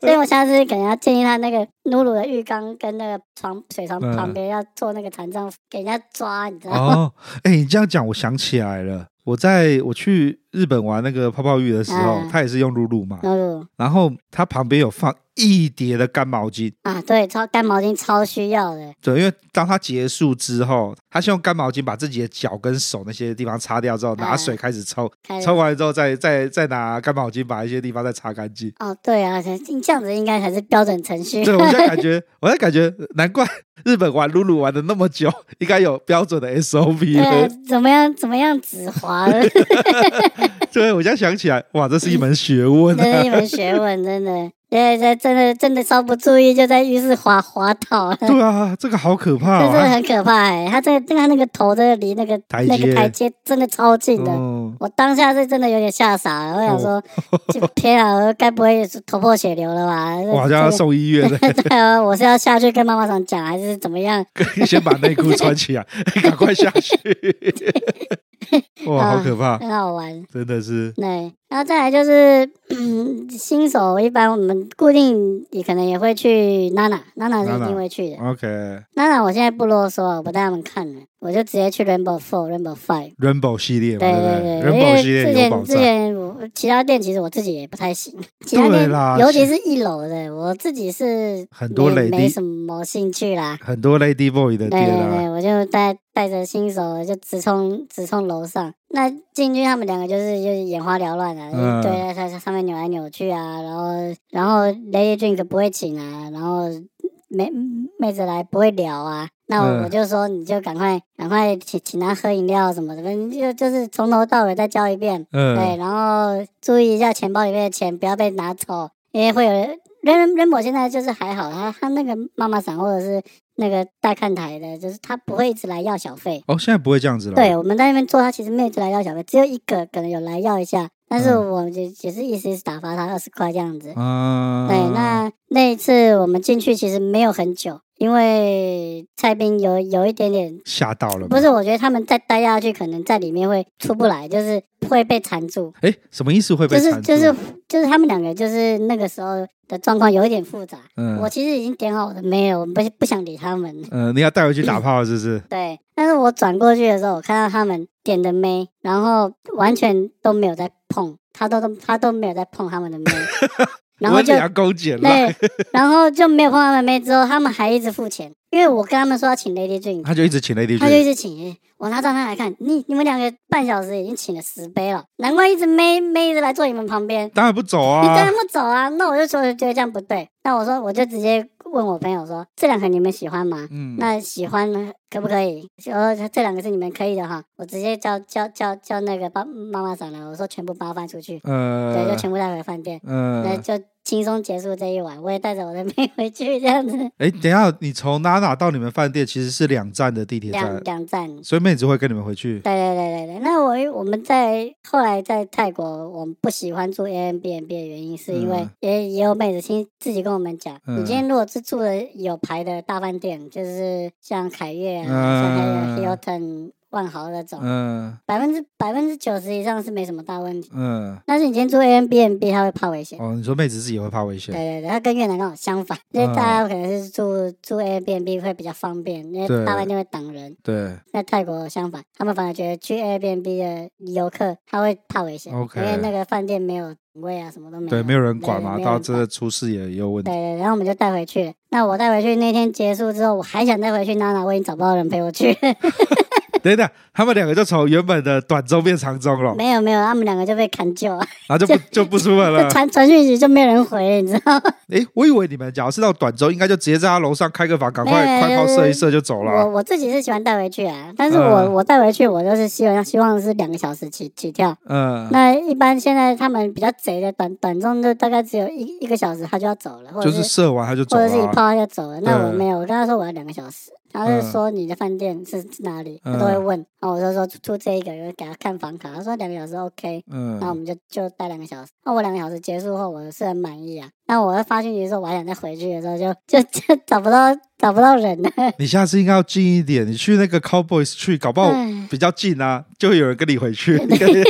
Speaker 2: 所以我下次可能要建议他那个露露的浴缸跟那个床水床
Speaker 1: 嗯
Speaker 2: 旁边要做那个残障，给人家抓，你知道吗？
Speaker 1: 哦，哎、你这样讲，我想起来了，我在我去日本玩那个泡泡浴的时候，
Speaker 2: 嗯
Speaker 1: 他也是用露露嘛，
Speaker 2: 露露
Speaker 1: 然后他旁边有放一叠的干毛巾，
Speaker 2: 啊，对，超干毛巾超需要的，
Speaker 1: 对，因为当他结束之后，他先用干毛巾把自己的脚跟手那些地方擦掉之后，拿水开始抽，
Speaker 2: 开始。
Speaker 1: 抽完之后再再再拿干毛巾把一些地方再擦干净
Speaker 2: 哦，对啊，这这样子应该才是标准程
Speaker 1: (laughs)
Speaker 2: 序。
Speaker 1: 对，我在感觉，我在感觉，难怪日本玩露露玩的那么久，应该有标准的 SOP
Speaker 2: 对啊
Speaker 1: 了。，
Speaker 2: 怎么样怎么样止滑的，
Speaker 1: 对，我现在想起来，哇，这是一门学问
Speaker 2: 这
Speaker 1: 啊！
Speaker 2: 是一门学问，真的。对，这真的真的稍不注意就在浴室滑滑倒了，
Speaker 1: 对啊，这个好可怕
Speaker 2: 这真的
Speaker 1: 啊！
Speaker 2: 很可怕哎、他这这个他那个头真的离那个
Speaker 1: 台
Speaker 2: 那
Speaker 1: 阶
Speaker 2: 个台阶真的超近的，
Speaker 1: 嗯，
Speaker 2: 我当下是真的有点吓傻了，我
Speaker 1: 哦
Speaker 2: 想说，这天啊，我该不会是头破血流了吧？
Speaker 1: (laughs) 我好像要
Speaker 2: 这个
Speaker 1: 送医院了，
Speaker 2: (laughs) 对啊，我是要下去跟妈妈桑讲，还是怎么样？
Speaker 1: (laughs) 先把内裤穿
Speaker 2: (laughs)
Speaker 1: 起来，赶快下去。哇，好可怕，
Speaker 2: 很好玩。
Speaker 1: 真的是。
Speaker 2: 对，然后再来就是，嗯，新手一般我们固定也可能也会去娜娜，娜娜是一定会去的。
Speaker 1: OK，
Speaker 2: 娜娜我现在不啰嗦，啊我不带他们看了，我就直接去 Rainbow Four、Rainbow Five。
Speaker 1: Rainbow 系列嘛，
Speaker 2: 对
Speaker 1: 对不
Speaker 2: 对
Speaker 1: 对
Speaker 2: 因
Speaker 1: ？Rainbow
Speaker 2: 为
Speaker 1: 系
Speaker 2: 之
Speaker 1: 列有
Speaker 2: 前
Speaker 1: 保
Speaker 2: 之
Speaker 1: 障，
Speaker 2: 前我其他店其实我自己也不太行，其他
Speaker 1: 对
Speaker 2: 店
Speaker 1: 啦
Speaker 2: 尤其
Speaker 1: 是
Speaker 2: 是一楼的，我自己是
Speaker 1: 很多
Speaker 2: 没
Speaker 1: 雷
Speaker 2: 没
Speaker 1: 地
Speaker 2: 什么兴趣啦。
Speaker 1: 很多 Lady Boy 的
Speaker 2: 对
Speaker 1: 店
Speaker 2: 对
Speaker 1: 啊，
Speaker 2: 对，我就带带着新手就直冲直冲楼上，那进去他们两个就是就是眼花缭乱啊，
Speaker 1: 嗯
Speaker 2: 对在在上面扭来扭去啊，然后然后 Lady Drink 不会请啊，然后妹妹子来不会聊啊，那我、
Speaker 1: 嗯
Speaker 2: 我就说你就赶快赶快请请他喝饮料什么的，反正就就是从头到尾再教一遍，对，
Speaker 1: 嗯，
Speaker 2: 然后注意一下钱包里面的钱不要被拿走，因为会有人。人人某现在就是还好，他他那个妈妈伞或者是那个带看台的，就是他不会一直来要小费。
Speaker 1: 哦，现在不会这样子了，
Speaker 2: 对，我们在那边做，他其实没有一直来要小费，只有一个可能有来要一下，但是
Speaker 1: 嗯
Speaker 2: 我就也是意思意思打发他二十块这样子。
Speaker 1: 啊，
Speaker 2: 对，那那一次我们进去其实没有很久，因为蔡斌有有一点点
Speaker 1: 吓到了，
Speaker 2: 不是，？我觉得他们再待下去，可能在里面会出不来，就是会被缠住。
Speaker 1: 哎，什么意思会
Speaker 2: 就
Speaker 1: 被
Speaker 2: 是
Speaker 1: 缠
Speaker 2: 就
Speaker 1: 住
Speaker 2: 是就是他们两个就是那个时候的状况有一点复杂。
Speaker 1: 嗯
Speaker 2: 我其实已经点好我的没有，我不不想理他们。
Speaker 1: 嗯，你要带回去打炮是不是？
Speaker 2: 对，但是我转过去的时候，我看到他们点的妹，然后完全都没有在碰，他都都他都没有在碰他们
Speaker 1: (laughs)
Speaker 2: 的妹， (coughs) 然后
Speaker 1: 我
Speaker 2: 就
Speaker 1: 两公姐了，
Speaker 2: 对，然后就没有碰他们妹之后，他们还一直付钱，因为我跟他们说要请 Lady Drink，
Speaker 1: 他就一直请 Lady
Speaker 2: 他就一
Speaker 1: J，
Speaker 2: 直请，我拿账单来看，你你们两个半小时已经请了十杯了，难怪一直妹妹一直来坐你们旁边，
Speaker 1: 当然不走
Speaker 2: 你当然
Speaker 1: 啊，
Speaker 2: 不走啊，那我就说觉得这样不对，那我说我就直接问我朋友说，这两个你们喜欢吗？
Speaker 1: 嗯，
Speaker 2: 那喜欢呢可不可以？我说这两个是你们可以的哈，我直接叫叫叫叫那个爸妈妈上来，我说全部包饭出去，嗯对，就
Speaker 1: 呃，
Speaker 2: 全部带回饭店，那、
Speaker 1: 呃，
Speaker 2: 就轻松结束这一晚，我也带着我的妹回去，这样子
Speaker 1: 哎，等一下，你从娜娜到你们饭店其实是两站的地铁
Speaker 2: 两
Speaker 1: 站，
Speaker 2: 两站。
Speaker 1: 所以妹子会跟你们回去，
Speaker 2: 对对对对对，那我我们在后来在泰国，我们不喜欢住 A M B N B 的原因，是因为
Speaker 1: 嗯
Speaker 2: 也也有妹子亲自己跟我们讲，
Speaker 1: 嗯
Speaker 2: 你今天如果是住的有牌的大饭店，就是像凯悦啊，像
Speaker 1: 嗯
Speaker 2: 还有 Hilton、万豪那种，
Speaker 1: 嗯
Speaker 2: 百分之百分之九十以上是没什么大问题。
Speaker 1: 嗯，
Speaker 2: 但是你今天住 A M B N B，他会怕危险。
Speaker 1: 哦，你说妹子自己会怕危
Speaker 2: 对
Speaker 1: 险，
Speaker 2: 对对，它跟越南刚好相反，因
Speaker 1: 嗯
Speaker 2: 为大家可能是住住 A M B N B 会比较方便，因为
Speaker 1: 对
Speaker 2: 大饭店会挡人。
Speaker 1: 对，
Speaker 2: 在泰国相反，他们反而觉得去 Airbnb 的游客他会怕危险
Speaker 1: OK
Speaker 2: 因为那个饭店没有警卫啊，什么都没有，
Speaker 1: 对，没有人管嘛，
Speaker 2: 对
Speaker 1: 到这出事也也有问
Speaker 2: 对
Speaker 1: 题。
Speaker 2: 对，然后我们就带回去了。那我带回去那天结束之后，我还想带回去娜娜，我已经找不到人陪我去，
Speaker 1: 等等，他们两个就从原本的短中变长中了，
Speaker 2: (laughs) 没有没有，他们两个就被砍救，
Speaker 1: 然后就不就不出门
Speaker 2: (laughs) 就
Speaker 1: 了。
Speaker 2: 传传讯息就没有人回，你知道吗？
Speaker 1: 诶，我以为你们假如是到短中，应该就直接在他楼上开个房，赶快
Speaker 2: 没有
Speaker 1: 快炮
Speaker 2: 就是
Speaker 1: 射一射就走
Speaker 2: 我
Speaker 1: 了。
Speaker 2: 我自己是喜欢带回去啊，但是我、
Speaker 1: 嗯
Speaker 2: 我带回去我就是希望希望是两个小时起起跳，
Speaker 1: 嗯，
Speaker 2: 那一般现在他们比较贼的短短中就大概只有一一个小时他就要走了，或者
Speaker 1: 就是射完他就走啊嗯
Speaker 2: 或者是你泡
Speaker 1: 了。
Speaker 2: 他就走了。那我
Speaker 1: 对
Speaker 2: 没有，我跟他说我要两个小时，他就
Speaker 1: 嗯
Speaker 2: 说你的饭店是哪里，他都会问。然后我就说住住这一个，然后给他看房卡，他说两个小时 OK。那我
Speaker 1: 嗯，
Speaker 2: 们就就待两个小时。那我两个小时结束后，我是很满意啊。那我在发讯息的时候，我还想再回去的时候就，就就 (laughs) 找不到找不到人了。
Speaker 1: 你下次应该要近一点，你去那个 Cowboys 去，搞不好
Speaker 2: 唉
Speaker 1: (laughs) 比较近啊，就会有人跟你回
Speaker 2: (laughs)
Speaker 1: 去。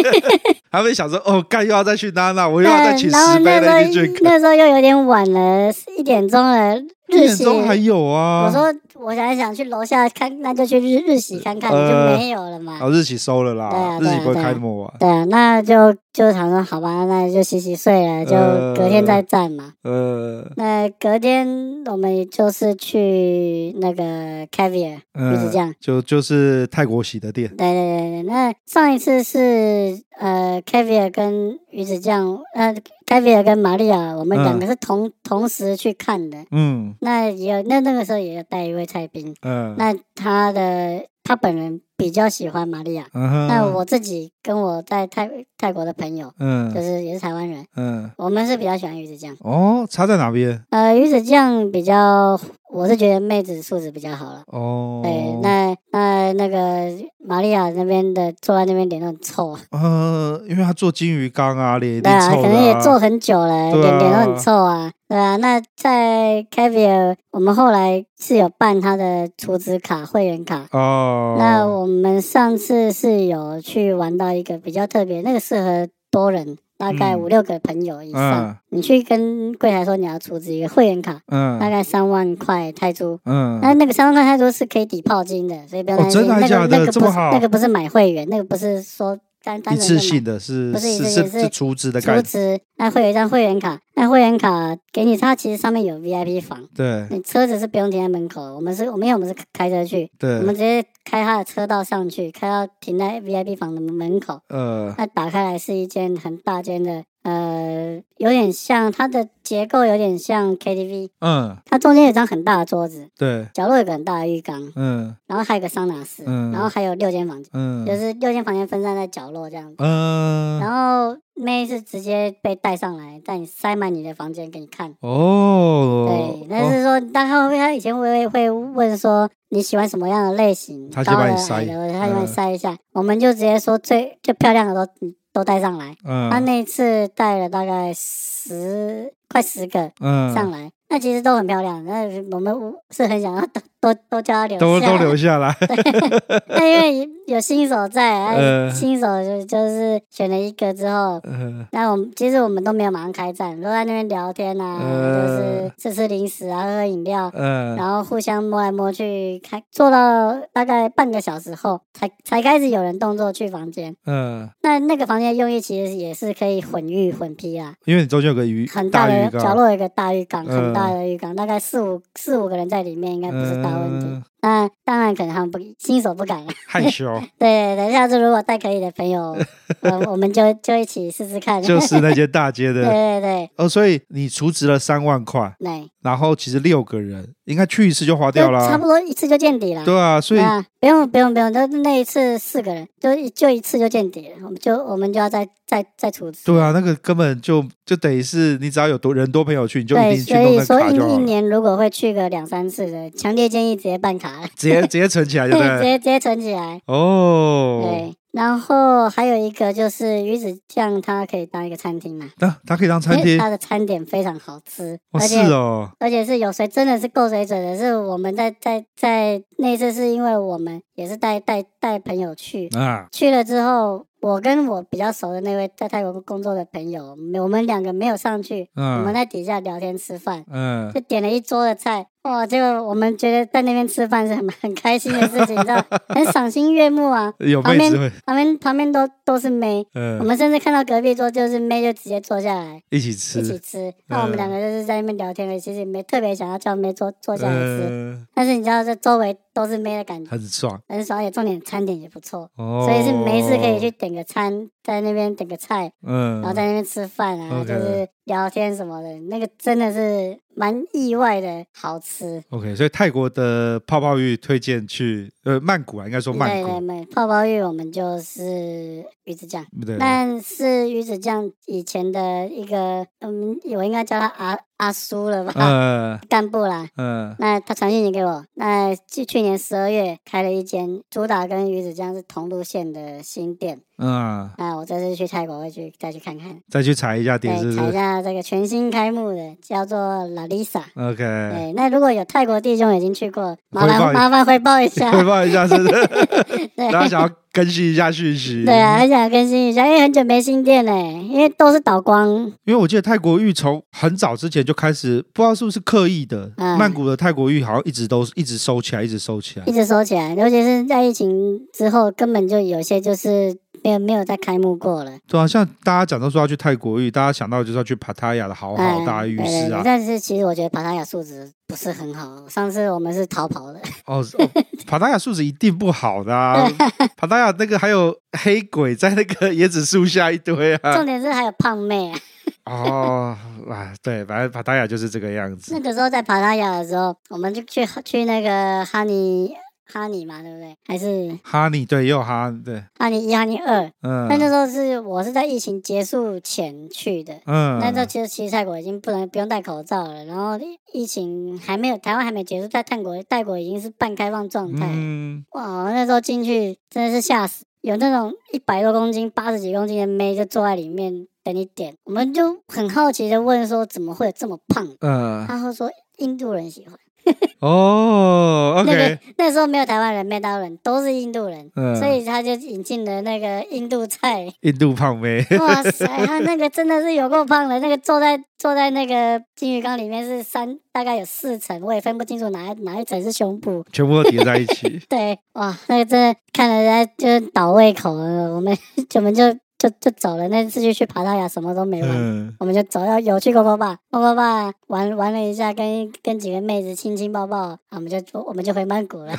Speaker 1: (laughs) 他们想说，哦，干又要再去娜娜，我又要再
Speaker 2: 对，
Speaker 1: 请
Speaker 2: 然后
Speaker 1: 十
Speaker 2: 那
Speaker 1: 杯
Speaker 2: 时
Speaker 1: 了，一起去
Speaker 2: 候那时候又有点晚了，一点钟
Speaker 1: (laughs)
Speaker 2: 了，
Speaker 1: 一
Speaker 2: 日
Speaker 1: 点
Speaker 2: 期。
Speaker 1: 钟还有啊。
Speaker 2: 我说我想一想，去楼下看，那就去日日喜看看，
Speaker 1: 呃
Speaker 2: 就没有了嘛。
Speaker 1: 哦，日企收了
Speaker 2: 对
Speaker 1: 啦，
Speaker 2: 啊
Speaker 1: 日
Speaker 2: 对啊
Speaker 1: 企不会
Speaker 2: 对啊
Speaker 1: 开那么晚。
Speaker 2: 对啊，那就就想说，好吧，那就洗洗睡了，就
Speaker 1: 呃
Speaker 2: 隔天再战嘛。
Speaker 1: 呃，
Speaker 2: 那隔天我们就是去那个 Caviar，、一直
Speaker 1: 嗯
Speaker 2: 这样。
Speaker 1: 就就是泰国洗的店，
Speaker 2: 对对对对，那上一次是呃 Caviar 跟鱼子酱，呃 Caviar 跟玛利亚，我们
Speaker 1: 嗯
Speaker 2: 两个是同、同时去看的。
Speaker 1: 嗯
Speaker 2: 那也有那那个时候也有带一位蔡斌，
Speaker 1: 嗯，
Speaker 2: 那他的他本人比较喜欢玛利亚。
Speaker 1: 嗯哼
Speaker 2: 那我自己跟我在泰泰国的朋友，就
Speaker 1: 嗯
Speaker 2: 是也是台湾人，
Speaker 1: 嗯
Speaker 2: 我们是比较喜欢鱼子酱。
Speaker 1: 哦，差在哪边？
Speaker 2: 呃，鱼子酱比较，我是觉得妹子素质比较好了。
Speaker 1: 哦，
Speaker 2: 对，那那那个玛利亚那边的坐在那边脸都很臭啊，
Speaker 1: 呃，因为他做金鱼缸啊，脸一定
Speaker 2: 对啊，
Speaker 1: 臭
Speaker 2: 可
Speaker 1: 的
Speaker 2: 能也坐
Speaker 1: 啊。
Speaker 2: 很久了，
Speaker 1: 对
Speaker 2: 脸脸都
Speaker 1: 啊
Speaker 2: 很臭啊，对啊。那在 Caviar，我们后来是有办他的储值卡、会员卡。
Speaker 1: 哦，
Speaker 2: 那我们上次是有去玩到一个比较特别，那个适合多人，大概
Speaker 1: 嗯
Speaker 2: 五六个朋友以上。
Speaker 1: 嗯
Speaker 2: 你去跟柜台说你要储值一个会员卡，大
Speaker 1: 嗯
Speaker 2: 概三万块泰铢。
Speaker 1: 嗯
Speaker 2: 那那个三万块泰铢是可以抵泡金的，所以不要
Speaker 1: 哦
Speaker 2: 担心。
Speaker 1: 真的还
Speaker 2: 那
Speaker 1: 假
Speaker 2: 个
Speaker 1: 的
Speaker 2: 那个
Speaker 1: 这
Speaker 2: 不
Speaker 1: 么
Speaker 2: 是
Speaker 1: 好
Speaker 2: 那个不是买会员，那个不是说单单
Speaker 1: 一次
Speaker 2: 纯就买
Speaker 1: 性的是
Speaker 2: 不是
Speaker 1: 是
Speaker 2: 一次
Speaker 1: 是
Speaker 2: 性
Speaker 1: 是
Speaker 2: 是
Speaker 1: 出资的概
Speaker 2: 储
Speaker 1: 念，
Speaker 2: 值，那会有一张会员卡，那会员卡给你，它其实上面有 VIP 房，
Speaker 1: 对
Speaker 2: 你车子是不用停在门口的，我们是我们因为我们是开车去，我们
Speaker 1: 对
Speaker 2: 直接开它的车道上去，开到停在 VIP 房的门口，
Speaker 1: 呃
Speaker 2: 那打开来是一间很大间的，呃，有点像它的结构有点像 KTV，
Speaker 1: 嗯
Speaker 2: 它中间有一张很大的桌子，
Speaker 1: 对
Speaker 2: 角落有个很大的浴缸。
Speaker 1: 嗯
Speaker 2: 然后还有个桑拿室，
Speaker 1: 嗯
Speaker 2: 然后还有六间房间，
Speaker 1: 嗯
Speaker 2: 就是六间房间分散在角落这样子。
Speaker 1: 嗯
Speaker 2: 然后妹是直接被带上来，带你塞满你的房间给你看。
Speaker 1: 哦
Speaker 2: 对，，但是说，但他会他以前会会问说你喜欢什么样的类型，
Speaker 1: 他
Speaker 2: 高
Speaker 1: 就
Speaker 2: 的
Speaker 1: 把你
Speaker 2: 矮
Speaker 1: 塞
Speaker 2: 的，他就帮
Speaker 1: 嗯
Speaker 2: 你塞一下。我们就直接说最最漂亮的都都带上来。
Speaker 1: 嗯
Speaker 2: 他那次带了大概十快十个
Speaker 1: 嗯
Speaker 2: 上来，那其实都很漂亮。那我们是很想要都都都叫他留
Speaker 1: 都
Speaker 2: 下
Speaker 1: 都留下
Speaker 2: (laughs)
Speaker 1: 来， (laughs)
Speaker 2: 那因为有新手在，啊
Speaker 1: 呃
Speaker 2: 新手就就是选了一个之后，
Speaker 1: 呃
Speaker 2: 那我们其实我们都没有马上开战，都在那边聊天啊，
Speaker 1: 呃
Speaker 2: 就是吃吃零食啊，喝喝饮料，
Speaker 1: 呃
Speaker 2: 然后互相摸来摸去，开坐到大概半个小时后，才才开始有人动作去房间。
Speaker 1: 呃，
Speaker 2: 那那个房间的用意其实也是可以混浴混批啊，
Speaker 1: 因为你中间有个鱼
Speaker 2: 很大
Speaker 1: 大
Speaker 2: 的
Speaker 1: 鱼
Speaker 2: 角
Speaker 1: 缸，
Speaker 2: 落有一个大浴缸，
Speaker 1: 呃
Speaker 2: 很大的浴缸，大概四五四五个人在里面应该不是大问题。
Speaker 1: 嗯
Speaker 2: 那当然可能他们不新手不敢啊。
Speaker 1: 害羞，
Speaker 2: 对，等下次如果带可以的朋友，
Speaker 1: (laughs)
Speaker 2: 呃，我们就就一起试试看。
Speaker 1: 就是那间大街
Speaker 2: (laughs) 对
Speaker 1: 的。
Speaker 2: 对对
Speaker 1: 哦，所以你储值了三万块，
Speaker 2: 对，
Speaker 1: 然后其实六个人应该去一次就花
Speaker 2: 就
Speaker 1: 掉了啊，
Speaker 2: 差不多一次就见底了。
Speaker 1: 对啊，所以
Speaker 2: 啊，不用不用不用，就那一次四个人，就一就一次就见底了，我们就我们就要再再再处置。
Speaker 1: 对啊，那个根本就就等于是你只要有多人多朋友去，你就一
Speaker 2: 对，
Speaker 1: 定去
Speaker 2: 所
Speaker 1: 弄
Speaker 2: 以
Speaker 1: 那
Speaker 2: 说
Speaker 1: 卡
Speaker 2: 一
Speaker 1: 就
Speaker 2: 一
Speaker 1: 好了，
Speaker 2: 年如果会去个两三次的，强烈建议直接办卡了，
Speaker 1: 直接直接存起来，对不
Speaker 2: (laughs) 直
Speaker 1: 对？
Speaker 2: 接直接存起来。
Speaker 1: 哦，
Speaker 2: 对，然后还有一个就是鱼子酱，它可以当一个餐厅嘛，
Speaker 1: 那它可以当餐
Speaker 2: 因为
Speaker 1: 厅
Speaker 2: 它的餐点非常好吃，
Speaker 1: 哦，
Speaker 2: 哎呃而
Speaker 1: 是
Speaker 2: 且
Speaker 1: 哦，
Speaker 2: 而且是有水，真的是够水准的。是我们在在在那一次，是因为我们也是带带带朋友去，
Speaker 1: 啊，
Speaker 2: 去了之后，我跟我比较熟的那位在泰国工作的朋友，没我们两个没有上去，我
Speaker 1: 嗯
Speaker 2: 们在底下聊天吃饭，
Speaker 1: 嗯
Speaker 2: 就点了一桌的菜。哇，这个我们觉得在那边吃饭是很 (laughs) 很开心的事情，
Speaker 1: (laughs)
Speaker 2: 你知道，很赏心悦目啊。
Speaker 1: 有
Speaker 2: 旁
Speaker 1: 妹子
Speaker 2: 边
Speaker 1: 会，
Speaker 2: 旁边旁边都都是妹，我
Speaker 1: 嗯，
Speaker 2: 们甚至看到隔壁桌就是妹就直接坐下来。
Speaker 1: 一起
Speaker 2: 一起
Speaker 1: 吃，嗯
Speaker 2: 吃。那我们两个就是在那边聊天而已，其实也没特别想要叫妹坐坐下来吃。
Speaker 1: 嗯，
Speaker 2: 但是你知道，这周围都是妹的感觉，
Speaker 1: 很爽
Speaker 2: 很爽，而且重点餐点也不错，
Speaker 1: 哦，
Speaker 2: 所以是没事可以去，点个餐，在那边点个菜，
Speaker 1: 嗯，
Speaker 2: 然后在那边吃饭啊，
Speaker 1: OK
Speaker 2: 就是聊天什么的。那个真的是蛮意外的好吃。
Speaker 1: OK，所以泰国的泡泡浴推荐去呃曼谷啊，应该说曼
Speaker 2: 对
Speaker 1: 谷
Speaker 2: 对，对，泡泡浴我们就是鱼子酱。
Speaker 1: 对
Speaker 2: 但是鱼子酱以前的一个，嗯，我应该叫他阿阿叔了吧？
Speaker 1: 呃
Speaker 2: (laughs) 干部啦，
Speaker 1: 呃
Speaker 2: 那他传讯息给我，那去去年十二月开了一间主打跟鱼子酱是同路线的新店，
Speaker 1: 嗯，
Speaker 2: 那我这次去泰国会去再去看看，
Speaker 1: 再去踩一下
Speaker 2: 对
Speaker 1: 点，是不
Speaker 2: 查一
Speaker 1: 是
Speaker 2: 下这个全新开幕的叫做 La Lisa。
Speaker 1: ？OK，
Speaker 2: 对，那如果有泰国弟兄已经去过，麻
Speaker 1: 哎汇报
Speaker 2: 烦
Speaker 1: 一 (laughs)
Speaker 2: 麻烦汇报一下。
Speaker 1: 汇报一下，是不是？(laughs)
Speaker 2: 对
Speaker 1: 大家想要更新一下讯息。
Speaker 2: (laughs) 对啊，很想更新一下，因为很久没新店嘞，因为都是倒光。
Speaker 1: 因为我记得泰国浴从很早之前就开始，不知道是不是刻意的，
Speaker 2: 嗯
Speaker 1: 曼谷的泰国浴好像一直都是一直收起来，一直收起来
Speaker 2: 一。直收起来，尤其是在疫情之后，根本就有些就是没有没有再开幕过了。
Speaker 1: 对啊，像大家讲到说要去泰国浴，大家想到就是要去帕塔亚的好哦好
Speaker 2: 哎，
Speaker 1: 大浴
Speaker 2: 对对
Speaker 1: 室
Speaker 2: 对
Speaker 1: 啊。
Speaker 2: 但是其实我觉得帕塔雅素质不是很好。上次我们是逃跑的，
Speaker 1: 哦，哦帕塔亚素质一定不好的
Speaker 2: (laughs)
Speaker 1: 啊！帕塔亚那个还有黑鬼在那个椰子树下一堆啊
Speaker 2: 重。点是还有胖妹啊。 (laughs)
Speaker 1: (laughs) 哦，啊，对，反正帕塔亚就是这个样
Speaker 2: 那
Speaker 1: 子。
Speaker 2: 个时候在帕塔雅的时候，我们就去去那个哈尼哈尼嘛，对不对？还是
Speaker 1: 哈尼对，也有哈对，
Speaker 2: 哈尼一、哈尼二？
Speaker 1: 嗯，
Speaker 2: 但那时候是我是在疫情结束前去的。
Speaker 1: 嗯，
Speaker 2: 那时候其实其实泰国已经不能不用戴口罩了，然后疫情还没有台湾还没结束，在泰国泰国已经是半开放状态了。
Speaker 1: 嗯，
Speaker 2: 哇，我那时候进去真的是吓死，有那种一百多公斤、八十几公斤的妹就坐在里面等你点，我们就很好奇的问说怎么会有这么胖的？
Speaker 1: 嗯，
Speaker 2: 他会说印度人喜欢。
Speaker 1: 哦
Speaker 2: 那
Speaker 1: ，OK，
Speaker 2: 个那时候没有台湾人、没大陆人，都是印度人，
Speaker 1: 嗯
Speaker 2: 所以他就引进了那个印
Speaker 1: (laughs)
Speaker 2: 度菜。
Speaker 1: 印度胖妹，
Speaker 2: 哇塞，他那个真的是有够胖的，那个坐在坐在那个金鱼缸里面是三，大概有四层，我也分不清楚哪一哪一层是胸部。。
Speaker 1: 全部都叠在一起
Speaker 2: (laughs) 对，哇，那个真的看了人家就是倒胃口了，我们 (laughs) 我们就就就走了。那次就去爬大雅，什么都没玩，
Speaker 1: 嗯，
Speaker 2: 我们就走到有去 GoGo 吧，GoGo 吧玩玩了一下，跟跟几个妹子亲亲抱抱，啊，我们就我们就回
Speaker 1: (laughs)
Speaker 2: 曼谷了。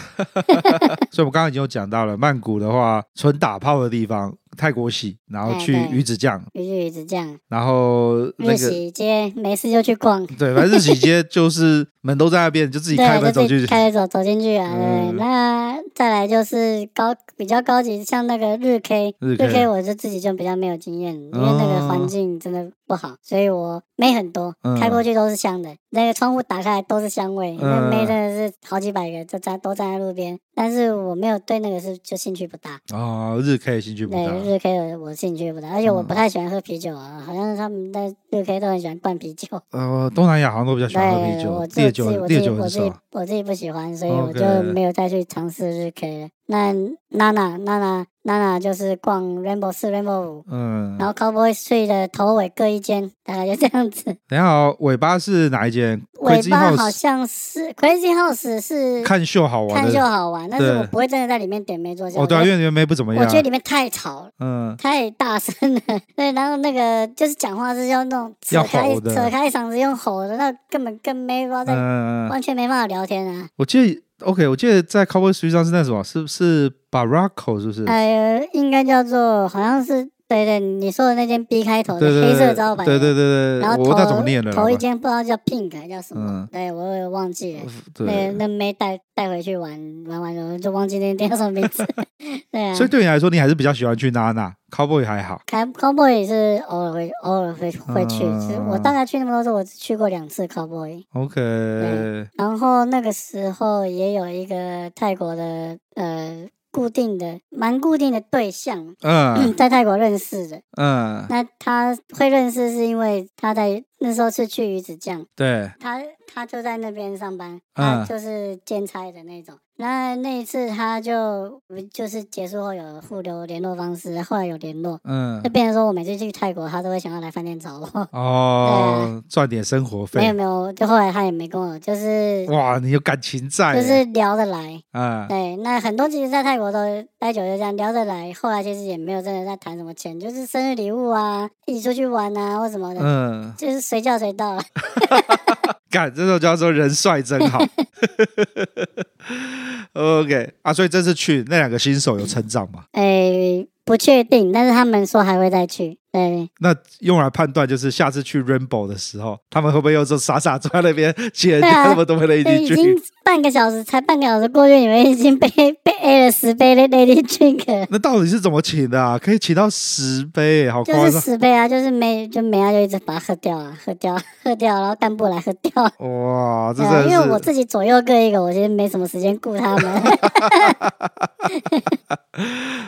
Speaker 1: 所以我刚刚已经有讲到了，曼谷的话，纯打炮的地方，泰国洗，然后去
Speaker 2: 哎对
Speaker 1: 鱼子酱，
Speaker 2: 于是于是这样，
Speaker 1: 然后那
Speaker 2: 日
Speaker 1: 个。
Speaker 2: 洗街没事就去逛，
Speaker 1: 对，反正日洗街就是门都在那边，你就自己开
Speaker 2: (laughs) 对，
Speaker 1: 门
Speaker 2: 就
Speaker 1: 走
Speaker 2: 自
Speaker 1: 进
Speaker 2: 己
Speaker 1: 去。
Speaker 2: 开着走走进去啊。对，
Speaker 1: 嗯
Speaker 2: 那再来就是高比较高级，像那个日 K，
Speaker 1: 日 K 哦
Speaker 2: 我就自己就比较没有经验，因为那个环境真的不好，所以我妹很多
Speaker 1: 嗯，
Speaker 2: 开过去都是香的，那个窗户打开来都是香味，
Speaker 1: 嗯
Speaker 2: 那妹真的是好几百个就站都站在路边，但是我没有对那个是就兴趣不大，
Speaker 1: 哦，日 K 兴趣不
Speaker 2: 对
Speaker 1: 大。嗯
Speaker 2: 日 K 我我兴趣不大，而且我不太喜欢喝啤酒啊，好像他们在日 K 都很喜欢灌啤酒。
Speaker 1: 呃，东南亚好像都比较喜欢喝啤
Speaker 2: 对，
Speaker 1: 酒
Speaker 2: 我，自
Speaker 1: 烈
Speaker 2: 己自己
Speaker 1: 酒
Speaker 2: 我
Speaker 1: 烈
Speaker 2: 自己
Speaker 1: 酒
Speaker 2: 我
Speaker 1: 很
Speaker 2: 自己
Speaker 1: 少。
Speaker 2: 我自己不喜欢，所以我
Speaker 1: OK
Speaker 2: 就没有再去尝试日 K 了。那娜娜娜娜娜娜就是逛 Rainbow 四 Rainbow 五，
Speaker 1: 嗯
Speaker 2: 然，后 Cowboy Street 的头尾各一间，大概就这样子。
Speaker 1: 等一下哦，尾巴是哪一间？
Speaker 2: 尾
Speaker 1: Crazy
Speaker 2: 巴好
Speaker 1: House
Speaker 2: 像是 Crazy House 是
Speaker 1: 看秀好玩
Speaker 2: 看就
Speaker 1: 的。
Speaker 2: 好玩，但是我
Speaker 1: 对
Speaker 2: 不会真的在里面点没坐下。
Speaker 1: 哦，对啊，
Speaker 2: 我
Speaker 1: 因
Speaker 2: 觉
Speaker 1: 为原妹不怎么
Speaker 2: 得
Speaker 1: 样
Speaker 2: 我。觉得里面太吵了。
Speaker 1: 嗯，
Speaker 2: 太大声了， (laughs) 对，然后那个就是讲话是要那种扯
Speaker 1: 要
Speaker 2: 开
Speaker 1: 吼的
Speaker 2: 扯开嗓子用吼的，那根本跟没不知道在、
Speaker 1: 嗯，
Speaker 2: 完全没办法聊天啊。
Speaker 1: 我记得 OK，我记得在 Cowboy Street 上是那什么，是是 Baracko 是不是？
Speaker 2: 呃，应该叫做好像是对对，你说的那间 B 开头的
Speaker 1: 对对对，
Speaker 2: 黑色招牌，
Speaker 1: 对对对对，
Speaker 2: 然后
Speaker 1: 我
Speaker 2: 头
Speaker 1: 不知道怎么念的了。
Speaker 2: 头一间不知道叫 Pink 还叫什么，
Speaker 1: 嗯
Speaker 2: 对我也忘记了。那
Speaker 1: 呃对，
Speaker 2: 那没带带回去玩玩完了，就忘记那店叫什么名
Speaker 1: (laughs)
Speaker 2: 字。对啊，
Speaker 1: 所以对你来说，你还是比较喜欢去娜娜 Cowboy 还好。
Speaker 2: 开 Cowboy 也是偶尔会偶尔会会去，
Speaker 1: 嗯
Speaker 2: 其实我大概去那么多次，我只去过两次 Cowboy。
Speaker 1: OK，
Speaker 2: 对然后那个时候也有一个泰国的呃固定的蛮固定的对象， (clears throat)
Speaker 1: 嗯
Speaker 2: 在泰国认识的。
Speaker 1: 嗯，
Speaker 2: 那他会认识是因为他在那时候是去鱼子酱，
Speaker 1: 对，
Speaker 2: 他他就在那边上班，
Speaker 1: 嗯
Speaker 2: 他就是兼差的那种。那那一次他就嗯就是结束后有互留联络方式，后来有联络，
Speaker 1: 嗯
Speaker 2: 就变成说我每次去泰国，他都会想要来饭店找我。
Speaker 1: 哦，赚点生活
Speaker 2: 哎没有
Speaker 1: 费。
Speaker 2: 没有，就后来他也没跟我，就是
Speaker 1: 哇，你有感情在
Speaker 2: 就
Speaker 1: 耶，
Speaker 2: 是聊得来。
Speaker 1: 嗯
Speaker 2: 对，那很多其实，在泰国都待久就这样聊得来，后来其实也没有真的在谈什么钱，就是生日礼物啊，一起出去玩啊或什么的，
Speaker 1: 嗯，
Speaker 2: 就是随叫随到了。啊
Speaker 1: 干，这种叫做人帅真好。OK 啊，所以这次去那两个新手有成长吗？
Speaker 2: 诶、哎不确定，但是他们说还会再去。对，
Speaker 1: 那用来判断就是下次去 Rainbow 的时候，他们会不会又就傻傻坐在那边，请人
Speaker 2: 对
Speaker 1: 家
Speaker 2: 啊
Speaker 1: 他们都会一
Speaker 2: 所以
Speaker 1: 起
Speaker 2: 已经
Speaker 1: 去？
Speaker 2: 半个小时，才半个小时过去，你们已经被被 A 了十杯 Lady Drink，了
Speaker 1: 那到底是怎么请的啊？可以请到十杯耶，好
Speaker 2: 就
Speaker 1: 夸
Speaker 2: 是
Speaker 1: 张！
Speaker 2: 十杯啊，就是没就没啊，就一直把它喝掉啊，喝掉，喝掉，然后干部来喝掉。
Speaker 1: 哇，哦这
Speaker 2: 对啊，
Speaker 1: 真
Speaker 2: 因为
Speaker 1: 的
Speaker 2: 我
Speaker 1: 是
Speaker 2: 自己左右各一个，我其实没什么时间顾他们。
Speaker 1: (laughs)
Speaker 2: (laughs)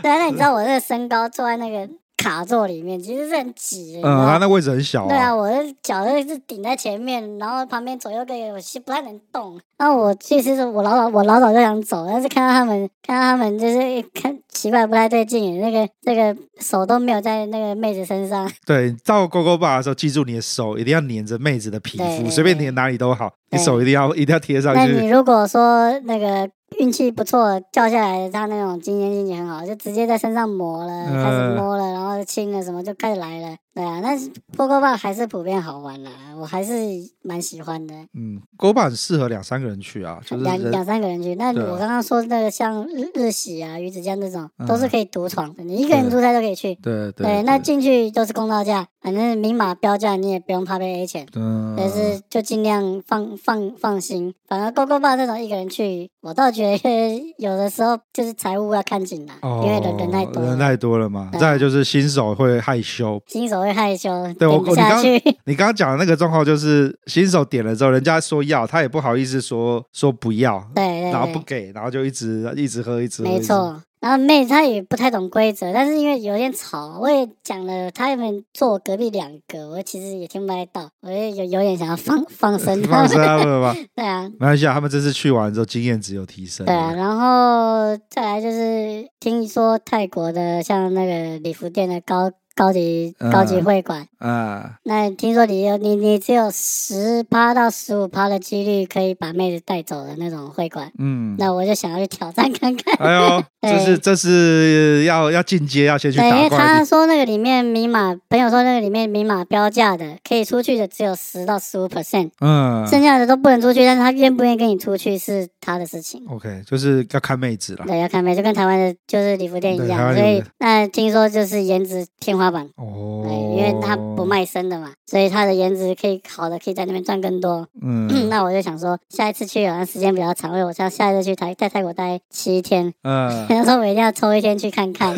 Speaker 2: 对啊，那你知道我这个身高坐在那个卡座里面，其实是很挤的。
Speaker 1: 嗯，他
Speaker 2: 嗯
Speaker 1: 那位置很小
Speaker 2: 对啊，
Speaker 1: 啊，
Speaker 2: 我的脚就是顶在前面，然后旁边左右各有些不太能动。然后我其实我老早我老早就想走，但是看到他们看到他们就是看奇怪不太对劲，那个那个手都没有在那个妹子身上，
Speaker 1: 对，到勾勾爸的时候，记住你的手一定要粘着妹子的皮肤，
Speaker 2: 对
Speaker 1: 随便粘哪里都好，你
Speaker 2: 对
Speaker 1: 手一定要一定要贴上
Speaker 2: 那
Speaker 1: 去
Speaker 2: 你。如果说那个运气不错，掉下来他那种经验性也很好，就直接在身上磨了，
Speaker 1: 嗯
Speaker 2: 开始摸了，然后亲了什么就开始来了。对啊，但是 p o k e b a 还是普遍好玩啦，我还是蛮喜欢的。
Speaker 1: 嗯，勾爸很适合两三个人去啊，就是
Speaker 2: 两
Speaker 1: 人
Speaker 2: 两三个人去，那
Speaker 1: 对啊
Speaker 2: 我刚刚说那个像日日喜啊、鱼子酱这种，
Speaker 1: 嗯
Speaker 2: 都是可以独闯的，你一个人
Speaker 1: 对
Speaker 2: 出差都可以去。
Speaker 1: 对对
Speaker 2: 对，那进去都是公道价，反正明码标价，你也不用怕被 A 钱。
Speaker 1: 嗯，
Speaker 2: 但是就尽量放放放心。反而 GoGo 爸这种一个人去，我倒觉得 (laughs) 有的时候就是财务要看紧啦，
Speaker 1: 哦，
Speaker 2: 因为人人太多
Speaker 1: 人
Speaker 2: 了，
Speaker 1: 太多了嘛。
Speaker 2: 对啊
Speaker 1: 再来就是新手会害羞，
Speaker 2: 新手会害羞，
Speaker 1: 对我
Speaker 2: 点不下去。 (laughs)
Speaker 1: 你刚刚讲的那个状况就是新手点了之后，人家说要，他也不好意思说说不要， (laughs)
Speaker 2: 对
Speaker 1: 然后
Speaker 2: 对
Speaker 1: 不
Speaker 2: 对，
Speaker 1: 给，然后就一直一直喝，一直喝。
Speaker 2: 没
Speaker 1: 一直喝。
Speaker 2: 错。然后妹她也不太懂规则，但是因为有点吵，我也讲了，她们坐我隔壁两个，我其实也听不太到，我也有有点想要放放生他
Speaker 1: 放
Speaker 2: 们。
Speaker 1: 生他们吧，
Speaker 2: (laughs) 对啊，
Speaker 1: 没关系啊。他们这次去完之后，经验只有提升。
Speaker 2: 对啊，然后再来就是听说泰国的像那个礼服店的高高级高级
Speaker 1: 嗯
Speaker 2: 会馆，
Speaker 1: 啊，
Speaker 2: 那听说你有你你只有十趴到十五趴的几率可以把妹子带走的那种会馆，
Speaker 1: 嗯，
Speaker 2: 那我就想要去挑战看看。
Speaker 1: 哎呦，
Speaker 2: (laughs) 对
Speaker 1: 这是这是要要进阶，要先去
Speaker 2: 对，因
Speaker 1: 打
Speaker 2: 为他
Speaker 1: 怪。
Speaker 2: 说那个里面明码，朋友说那个里面明码标价的，可以出去的只有十到十五 percent，
Speaker 1: 嗯
Speaker 2: 剩下的都不能出去。但是他愿不愿意跟你出去是他的事情。
Speaker 1: ，OK，就是要看妹子啦。
Speaker 2: 对，要看妹，就跟台湾的就是礼服店一
Speaker 1: 对台湾礼
Speaker 2: 样，所
Speaker 1: 服
Speaker 2: 以
Speaker 1: 店
Speaker 2: 那听说就是颜值天花板。
Speaker 1: 哦
Speaker 2: 对，，因为他不，卖身的嘛，所以他的颜值可以好的，可以在那边赚更多。
Speaker 1: 嗯
Speaker 2: (clears throat) 那我就想说，下一次去好像时间比较长，因为我像下一次去泰在泰国待七天， (laughs)
Speaker 1: 嗯，
Speaker 2: 那时候我一定要抽一天去
Speaker 1: (laughs)
Speaker 2: 看看。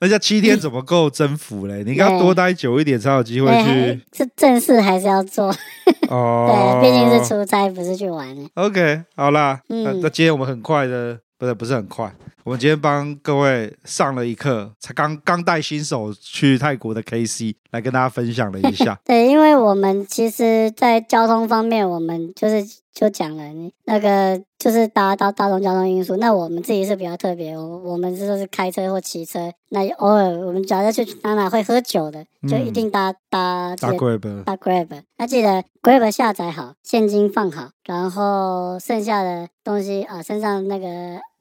Speaker 1: 人家七天怎么够征服
Speaker 2: (laughs)
Speaker 1: 嘞？你应该要多待久一点才有机会
Speaker 2: 对
Speaker 1: 去，
Speaker 2: 这正事哎还是要做，
Speaker 1: 哦
Speaker 2: 对，。毕竟是出差，不是去玩。
Speaker 1: OK，好啦，
Speaker 2: 嗯，
Speaker 1: 那那今天我们很快的，不是不是很快，我们今天帮各位上了一课，才刚刚带新手去泰国的 KC 来跟大家分享了一下
Speaker 2: (laughs) 对，因为我们其实，在交通方面，我们就是就讲了，你那个就是搭搭大众交通运输。那我们自己是比较特别，哦我我们就是开车或骑车。那偶尔我们假设去哪哪会喝酒的，就一
Speaker 1: 嗯
Speaker 2: 定搭搭这
Speaker 1: 大
Speaker 2: 个
Speaker 1: 贵本，
Speaker 2: 把 Grab，那记得 Grab 下载好，现金放好，然后剩下的东西啊、身上那个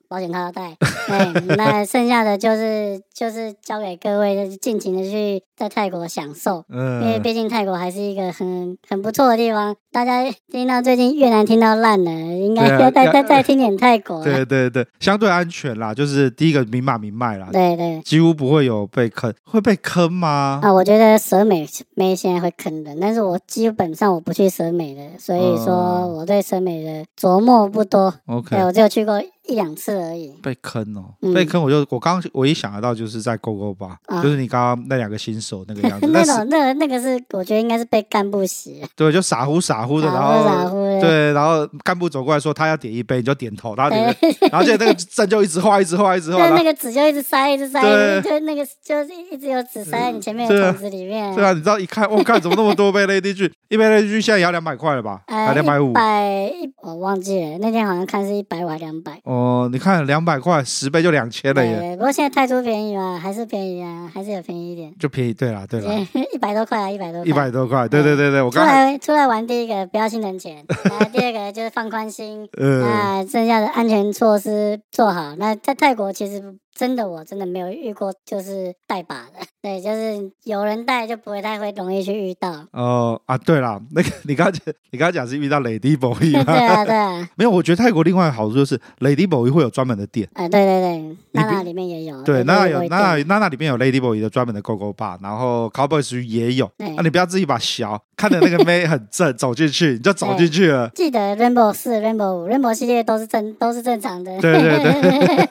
Speaker 2: 保险套要带。
Speaker 1: (laughs)
Speaker 2: 对，那剩下的就是就是交给各位，就是尽情的去在泰国享受。因为
Speaker 1: 嗯，
Speaker 2: 毕竟泰国还是一个很很不错的地方，大家听到最近越南听到烂了，应该
Speaker 1: 对啊
Speaker 2: 要再
Speaker 1: 要
Speaker 2: 再再听点泰国啦。
Speaker 1: 对对对，相对安全啦，就是第一个明码明卖啦，
Speaker 2: 对对
Speaker 1: 几乎不会有被坑，会被坑吗？
Speaker 2: 啊，我觉得蛇美妹现在会坑人，但是我基本上我不去蛇美的，所以说
Speaker 1: 嗯
Speaker 2: 我对蛇美的琢磨不多。对
Speaker 1: OK，
Speaker 2: 我只有去过一两次而已。
Speaker 1: 被坑哦，
Speaker 2: 嗯
Speaker 1: 被坑，我就我刚我一想得到就是在勾勾吧，
Speaker 2: 啊
Speaker 1: 就是你刚刚那两个新手那个样子，
Speaker 2: (laughs) 那
Speaker 1: 但是
Speaker 2: 种那那个是我觉得应该是被干部洗了，
Speaker 1: 对，就傻乎傻乎
Speaker 2: (laughs)
Speaker 1: 的，然
Speaker 2: 傻乎傻乎
Speaker 1: 后
Speaker 2: 的
Speaker 1: 对，然后干部走过来说他要点一杯，你就点头，然后点，然后就那个针就一直画，一直画，一直画，
Speaker 2: 那
Speaker 1: 然
Speaker 2: 那
Speaker 1: 后
Speaker 2: 个纸就一直塞，一直塞，
Speaker 1: 对
Speaker 2: 就那个就是一直有纸塞在你前面
Speaker 1: 对
Speaker 2: 的
Speaker 1: 啊
Speaker 2: 桶子里面。
Speaker 1: 对啊，你知道一看，我看怎么那么多杯 Lady G，一杯 Lady G 现在也要两百块了吧？还
Speaker 2: 呃，
Speaker 1: 两百
Speaker 2: 一
Speaker 1: 五。
Speaker 2: 百一，我忘记了，那天好像看是一百五还两百。
Speaker 1: 哦，你看两百块，十杯就两千了耶，
Speaker 2: 对，不过现在泰铢便宜嘛，还是便宜啊，还是有便宜一点，
Speaker 1: 就便宜。对啦，对啦，
Speaker 2: (laughs) 一百多块啊，一百多
Speaker 1: 一
Speaker 2: 块。
Speaker 1: 百多块。对对对对，我
Speaker 2: 出
Speaker 1: 刚才
Speaker 2: 来出来玩，第一个不要心疼 (laughs) 钱，然后第二个就是放宽
Speaker 1: (laughs)
Speaker 2: 心，
Speaker 1: 呃，
Speaker 2: 那剩下的安全措施做好。那在泰国其实真的我真的没有遇过就是带把的， (laughs) 对，就是有人带就不会太会容易去遇到。 (laughs)
Speaker 1: 哦啊，对啦，那个你刚才你刚才讲是遇到 Lady Boy
Speaker 2: (laughs) 对
Speaker 1: 吗？
Speaker 2: 啊，对啊，
Speaker 1: 没有，我觉得泰国另外的好处就是 Lady Boy 会有专门的店。
Speaker 2: 呃，对对对，
Speaker 1: (laughs) 你
Speaker 2: 娜
Speaker 1: 比
Speaker 2: 娜里面也有，
Speaker 1: 对，
Speaker 2: 那
Speaker 1: 那有那那那里面有 Lady Boy 的专门的 GO GO bar，然后 Cowboys 也有。
Speaker 2: 对
Speaker 1: 那你不要自己把小看的那个妹很正走进去，你就走进去
Speaker 2: (laughs)
Speaker 1: 了。
Speaker 2: 记得 Rainbow 四、Rainbow 五、Rainbow 系列都是正都是正常的。
Speaker 1: 对对
Speaker 2: (laughs)
Speaker 1: 对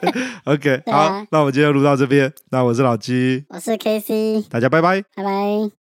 Speaker 1: OK，
Speaker 2: 对啊
Speaker 1: 好，那我们今天就录到这边。那我是老鸡，
Speaker 2: 我是 K C，
Speaker 1: 大家拜拜。
Speaker 2: 拜拜。